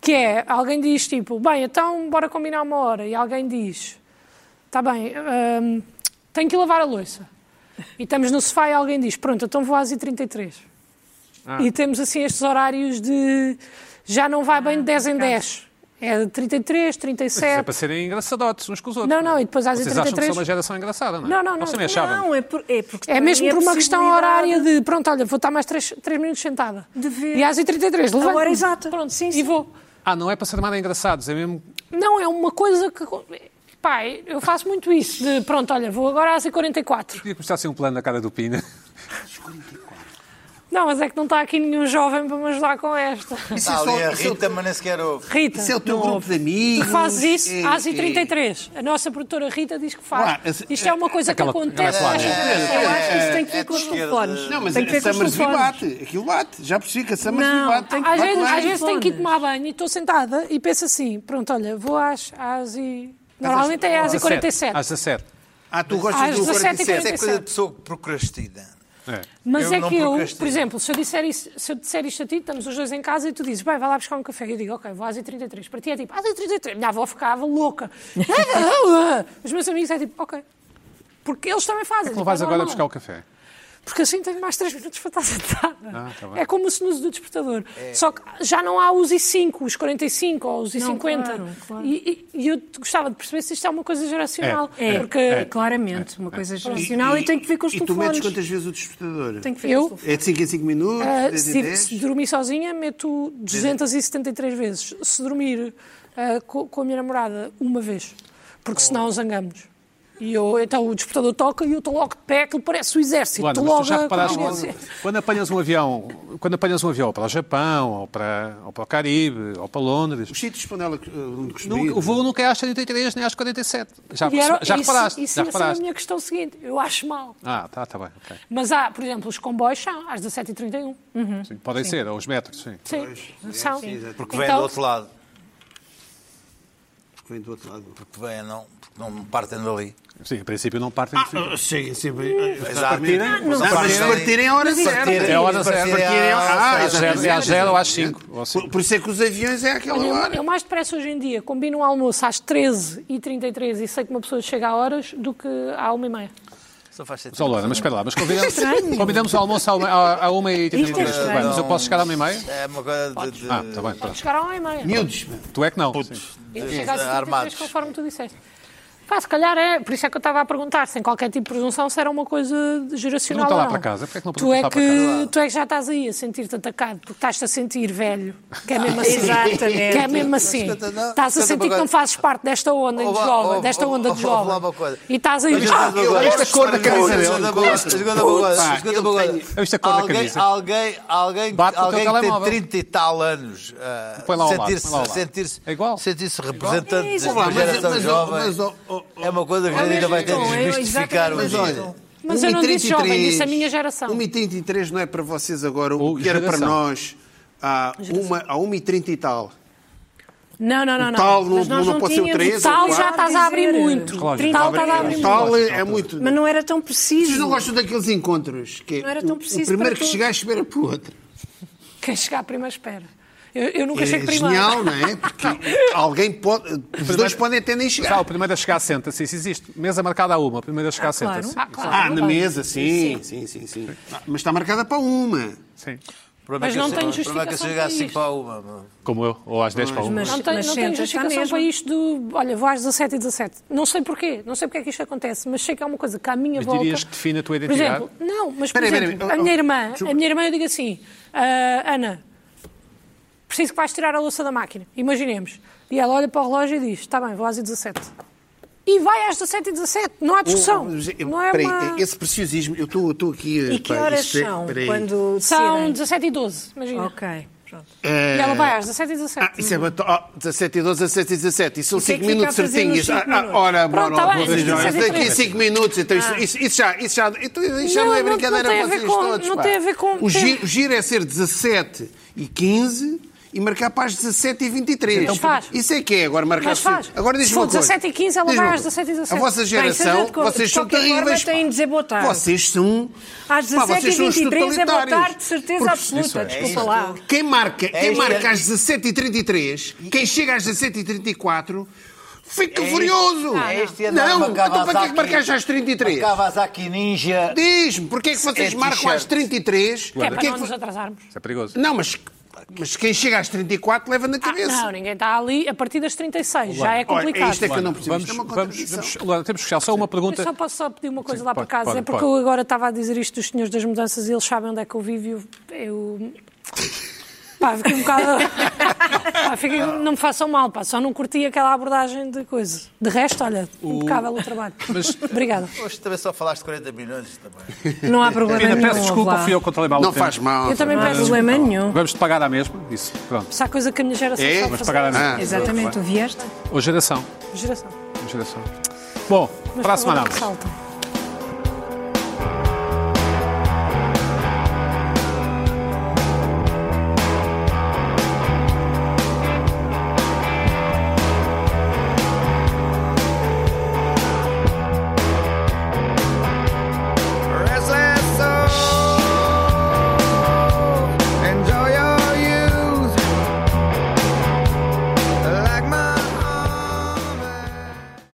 F: que é, alguém diz tipo, bem, então bora combinar uma hora, e alguém diz, está bem, hum, tenho que ir lavar a louça. E estamos no sofá e alguém diz, pronto, então vou às 13h33.
A: Ah.
F: E temos assim estes horários de, já não vai
A: Ah,
F: bem de 10 em 10. É de 33,
A: Mas Isso é
F: 37,
A: para serem engraçadotes uns com os outros.
F: Não, não, e depois às
A: Vocês acham que
F: 83
A: são uma geração engraçada, não é?
F: Não, não, não.
A: Vocês também achavam.
C: Não, é, por, é porque
F: É
C: também
F: mesmo
C: a
F: por uma questão
C: possibilidade-
F: horária de, pronto, olha, vou estar mais 3, minutos sentada.
C: De ver. é
F: E às 33
C: A
F: levanto
C: hora exata.
F: Pronto,
C: Sim,
F: sim,
C: sim.
F: E vou.
A: Ah, não é para ser nada engraçados, é mesmo...
F: Não, é uma coisa que... Pá, eu faço muito isso, de pronto, olha, vou agora às 44.
A: Podia começar assim um plano na cara do Pina.
F: Não, mas é que não está aqui nenhum jovem para me ajudar com esta.
B: Isso
D: Está ali a
B: isso é o-
D: Ah, Rita, mas nem sequer ouve.
F: Rita,
B: Isso é o teu
F: não
B: grupo
F: ouve.
B: de amigos,
F: Tu fazes isso
B: é-
F: às 33 A nossa produtora Rita diz que
B: Claro,
F: faz.
B: esse-
F: Isto é uma coisa
A: aquela-
F: que
A: aquela
F: acontece.
A: toalha.
C: Eu acho que isso tem que
D: É
C: ver
D: de
C: com os
D: esquerda.
C: telefones.
B: Não, mas
C: tem que ver
B: a
C: com os
B: Summers
C: telefones.
B: bate. Aquilo bate. Já percebi que a Summers
C: Não,
B: bate.
C: tem que
F: Às
C: Vai
F: vezes,
C: com
F: às
C: as
F: vezes tenho que ir
C: telefones.
F: tomar banho e estou sentada e penso assim, pronto, olha, vou às, às e... Normalmente é às e 47.
A: Às 17.
B: Ah, tu gostas
F: Às
B: do
F: 17 e
B: 47.
D: Isso é coisa de pessoa que procrastina.
A: É.
F: Mas
D: Eu
F: é
D: não
F: que eu,
D: procrastino.
F: por exemplo, se eu, disser isso, se eu disser isto a ti, estamos os dois em casa e tu dizes, bem, vai lá buscar um café. Eu digo, ok, vou às 33 Para ti é tipo, às 33 Minha avó ficava louca. os meus amigos é tipo, ok. Porque eles também fazem.
A: Não
F: tipo,
A: vais
F: é
A: agora
F: normal.
A: buscar o café.
F: Porque assim tenho mais 3 minutos para estar sentada.
A: Ah, tá bem. É.
F: é como o snooze do despertador. Só que já não há os i5, os 45 ou os i50.
C: claro, claro.
F: E, e- e eu gostava de perceber se isto é uma coisa geracional.
C: É,
F: Porque
C: é, claramente, uma coisa geracional e, tem que ver com os
B: E tu metes
C: telefones.
B: quantas vezes o despertador?
C: Tem que ver
F: Eu?
C: com os telefones.
B: É de 5 em 5 minutos?
F: Ah,
B: 10 em
F: se,
B: 10?
F: se dormir sozinha, meto 273 vezes. Se dormir ah, co- com a minha namorada, uma vez. Porque senão zangamos. E eu, então o despertador toca e eu estou logo de pé, aquilo parece o exército.
A: Luana,
F: Estou
A: mas tu
F: Tipo, logo
A: já
F: a-
A: reparaste
F: a- a-
A: que quando apanhas um avião, quando apanhas um avião para o Japão, ou para, ou para o Caribe, ou para Londres,
B: Os sítios para ela onde
A: nunca-
B: costuma
A: o voo nunca é às 33 nem às 47. Já,
F: E era-
A: já
F: isso-
A: reparaste?
F: Isso
A: já
F: ia ser a
A: reparaste?
F: minha questão seguinte. Eu acho mal.
A: Ah, tá, tá bem. ok.
F: Mas há, por exemplo, os comboios são às 17h31.
A: Sim, podem ser, ou os metros, sim.
F: Então,
C: Então-
F: Sim, são.
D: Porque vem do outro lado.
B: porque vem do outro lado.
D: Porque vêm, não, porque não partem dali.
A: Sim, em princípio não partem de
B: Ah, cheguem sempre.
D: Exato.
B: Não,
D: Não
B: mas
D: partem.
B: partirem a hora
D: Mas
B: certa.
D: partirem.
A: É a hora
D: Partirem
A: certa.
B: Partirem a
A: É
B: hora
A: às
B: certa.
A: zero- é às zero ou às cinco. ou às
B: Por,
A: cinco.
B: por isso é que os aviões é aquela
F: Olha, eu-
B: hora.
F: eu mais depressa hoje em dia combino um almoço às 13h33 e sei que uma pessoa chega a horas do que à 1h30.
D: Só faz sentido.
A: Só Luana, mas espera lá, mas convidamos, convidamos o almoço à uma, à, à uma e trinta e
C: Isto é
A: três.
C: estranho.
A: Bem, Mas eu posso chegar à uma e meia?
D: É uma coisa de. de...
A: Ah, está bem, pronto.
F: Chegar à 1h30.
B: Miúdos, meu.
A: Tu é que não. Sim.
F: Eu chego às 73,
D: Armados.
F: conforme tu disseste. Pá, se calhar é, por isso é que eu estava a perguntar, sem qualquer tipo de presunção, se era uma coisa
A: Não
F: geracional
A: está
F: ou
A: lá
F: não.
A: para casa, porque é que não
F: Tu
A: podemos
F: é,
A: lá para
F: que,
A: casa?
F: tu é que já estás aí a sentir-te atacado, porque estás-te a sentir velho, que é mesmo assim.
C: Exatamente.
F: Que é mesmo assim.
D: Escuta, não,
F: Estás a
D: escuta
F: sentir
D: uma
F: que não
D: coisa.
F: fazes parte desta onda de
D: Ouve lá-
F: jovem,
D: ouve-
F: desta onda de
D: ouve- ouve lá
F: jovem.
D: uma coisa.
F: E estás
A: é
F: aí.
D: Mas escuta uma coisa.
A: esta é cor da camisa dele.
D: Escuta uma coisa, escuta uma coisa, escuta uma coisa.
A: Eu isto é cor da
D: Alguém-
A: camisa.
D: Alguém, alguém,
A: Bate com o teu
D: alguém que tem
A: telemóvel.
D: 30 e tal anos, ah,
A: Põe lá ao lado,
D: sentir-se-
A: põe lá ao lado.
D: sentir-se
A: É igual.
D: sentir-se representante
C: É isso,
D: desta
C: mas-
D: geração
B: mas-
D: jovem
B: mas- oh, oh, oh.
D: é uma coisa que
C: É
D: a
C: o
D: gente ainda vai ter
C: mesmo
D: de
C: tom, é
D: desmistificar
C: exatamente
D: hoje.
B: Mas
D: em
C: o mesmo
D: dia.
C: tom.
B: olha.
F: Mas eu não disse jovem, disse a minha geração.
B: 1h33 não é para vocês agora o
A: Ou
B: que era para
A: geração.
B: nós há uma- há 1h30 e tal.
F: Não, não, não.
B: O
F: não.
B: tal não-
F: Mas nós
B: não pode ser o
F: tínhamos-
B: três ou
F: Tal
B: quatro.
F: já estás a abrir
C: Dizer,
F: muito. Tal
A: Relógio,
F: estás a abrir
A: abre-
F: muito.
B: Tal é muito.
C: Mas não era tão
B: Vocês
C: preciso.
B: não gostam daqueles encontros que é
C: Não era tão
B: o-
C: preciso
B: o primeiro
C: para
B: que
C: todos.
B: chegar espera para o outro.
F: Quem chegar primeiro espera. Eu, eu nunca
B: É
F: chego primeiro.
B: genial, não é? Porque alguém pode. Os dois podem até nem
A: Já,
B: chegar.
A: o primeiro a chegar senta-se, isso existe. Mesa marcada a uma, o primeiro a chegar
C: claro.
A: senta-se.
F: Ah, claro,
B: Ah, na
F: bem.
B: mesa, sim. Sim, sim, sim. Ah, Mas está marcada para uma.
A: Sim.
D: O problema é
F: Mas
D: que
F: não
D: eu
F: tem
D: chego- o problema é que eu
F: justificação
D: chego às
F: para
D: 5
F: isto.
D: para uma. mano.
A: Como eu, ou às 10 para uma.
C: mas-
F: Não tem, não tem
C: senta-se à
F: justificação
C: mesma.
F: para isto do. Olha, vou às 17 e 17. Não sei porquê, não sei porque é que isto acontece, mas sei que é uma coisa que à minha
A: Mas
F: volta.
A: dirias que define a tua
F: Por
A: identidade?
F: exemplo, não, mas por
B: Espera aí, espera aí,
F: exemplo,
B: oh,
F: a
B: oh,
F: minha irmã,
B: desculpa.
F: a minha irmã eu digo assim: "Ah, Ana, preciso que vais tirar a louça da máquina. Imaginemos. E ela olha para o relógio e diz: Está bem, vou às 17. E vai às 17 e 17, não há discussão.
B: Eu-
F: não é
B: peraí,
F: uma...
B: Esse preciosismo, eu estou eu estou aqui.
C: E que
B: pá,
C: horas
B: isto é-
C: são
B: peraí.
C: quando
F: São
C: decidem?
F: 17 e 12, imagina.
C: Ok, pronto.
F: E ela vai às 17 e 17.
B: Ah, isso é bato... ah, 17 e 12, 17 e 17. E são
C: E o que é
B: 5
C: que
B: minutos
C: fica a fazer nos
B: certinhos. Ah,
C: cinco
B: ah,
C: minutos?
B: ora,
F: Pronto, tá
B: bora,
F: bem,
B: vocês
F: isso
B: não-
F: é
B: daqui a
F: diferente.
B: 5 minutos. Então, isso, isso- isso já, isso já, então, isso já não,
F: Não,
B: é
F: não-
B: brincadeira
F: não tem a
B: para
F: ver
B: vocês
F: com-
B: todos.
F: não
B: pá.
F: tem a ver com-
B: O
F: tem-
B: giro, o giro é ser 17 e 15 e marcar para as 17 e 23.
F: Mas Então faz.
B: Isso é que é agora marcar
F: Mas faz.
B: Agora diz
F: Se
B: uma
F: for
B: coisa.
F: 17 e 15, ela
B: Diz-me
F: vai
B: uma
F: às
B: coisa.
F: 17 e 17.
B: A vossa geração,
C: seja de co-
B: vocês
C: de
B: são
C: qualquer forma,
B: terríveis. pá.
C: têm de dizer boa tarde.
B: Vocês são.
C: Às
B: pá, Ah, vocês são os
C: 17h23 é boa
B: totalitários.
C: tarde, de certeza
B: Porque- é
C: absoluta. Desculpa
D: isto.
C: lá.
B: quem marca, quem
D: isto,
B: marca
D: é-
B: às 17h33, quem chega às 17h34, fica
D: isto.
B: furioso.
D: É isto e andar
B: não,
D: uma
B: então para que é
D: Kawasaki-
B: que marcas às 33?
D: uma Kawasaki Ninja.
B: Diz-me, porquê é que vocês
D: É
B: marcam às
D: t-shirt.
B: 33?
F: Que é para
B: Porquê é
F: não
B: que
F: nos
B: vo-
F: atrasarmos.
A: Isso é perigoso.
B: Não, mas, mas quem chega às 34 leva na
F: Ah,
B: cabeça.
F: não, ninguém está ali a partir das 36, já é
B: Olha,
F: complicado.
B: isto é que eu não percebo.
A: Vamos,
B: isto é uma
A: vamos,
B: contradição.
A: vamos, Luana, temos que chegar só uma pergunta.
F: Eu só posso só pedir uma coisa lá
A: pode,
F: para casa.
A: pode,
F: é porque
A: pode.
F: eu agora estava a dizer isto dos senhores das mudanças e eles sabem onde é que eu vivo e eu. eu... Pá, fiquei um bocado. Pá, fiquei- Não me façam mal, pá, só não curti aquela abordagem de coisa. De resto, olha, impecável o trabalho. Obrigada.
D: Hoje também só falaste 40 minutos também.
C: Não há problema
A: Pina,
C: nenhum.
A: peço desculpa,
C: vá.
A: fui eu que levei mal
B: Não faz mal.
F: Eu também
C: Não há
F: peço desculpa.
C: problema nenhum.
A: Vamos te pagar à mesma, isso, pronto.
F: Se há coisa que a minha geração
B: É?
F: sabe
B: Mas
F: fazer,
A: Pagar à mesma.
B: Ah.
C: Exatamente, tu vieste?
A: Ou geração.
F: Geração.
A: ou geração. Bom,
F: Mas
A: para a semana.
F: palavra que salta.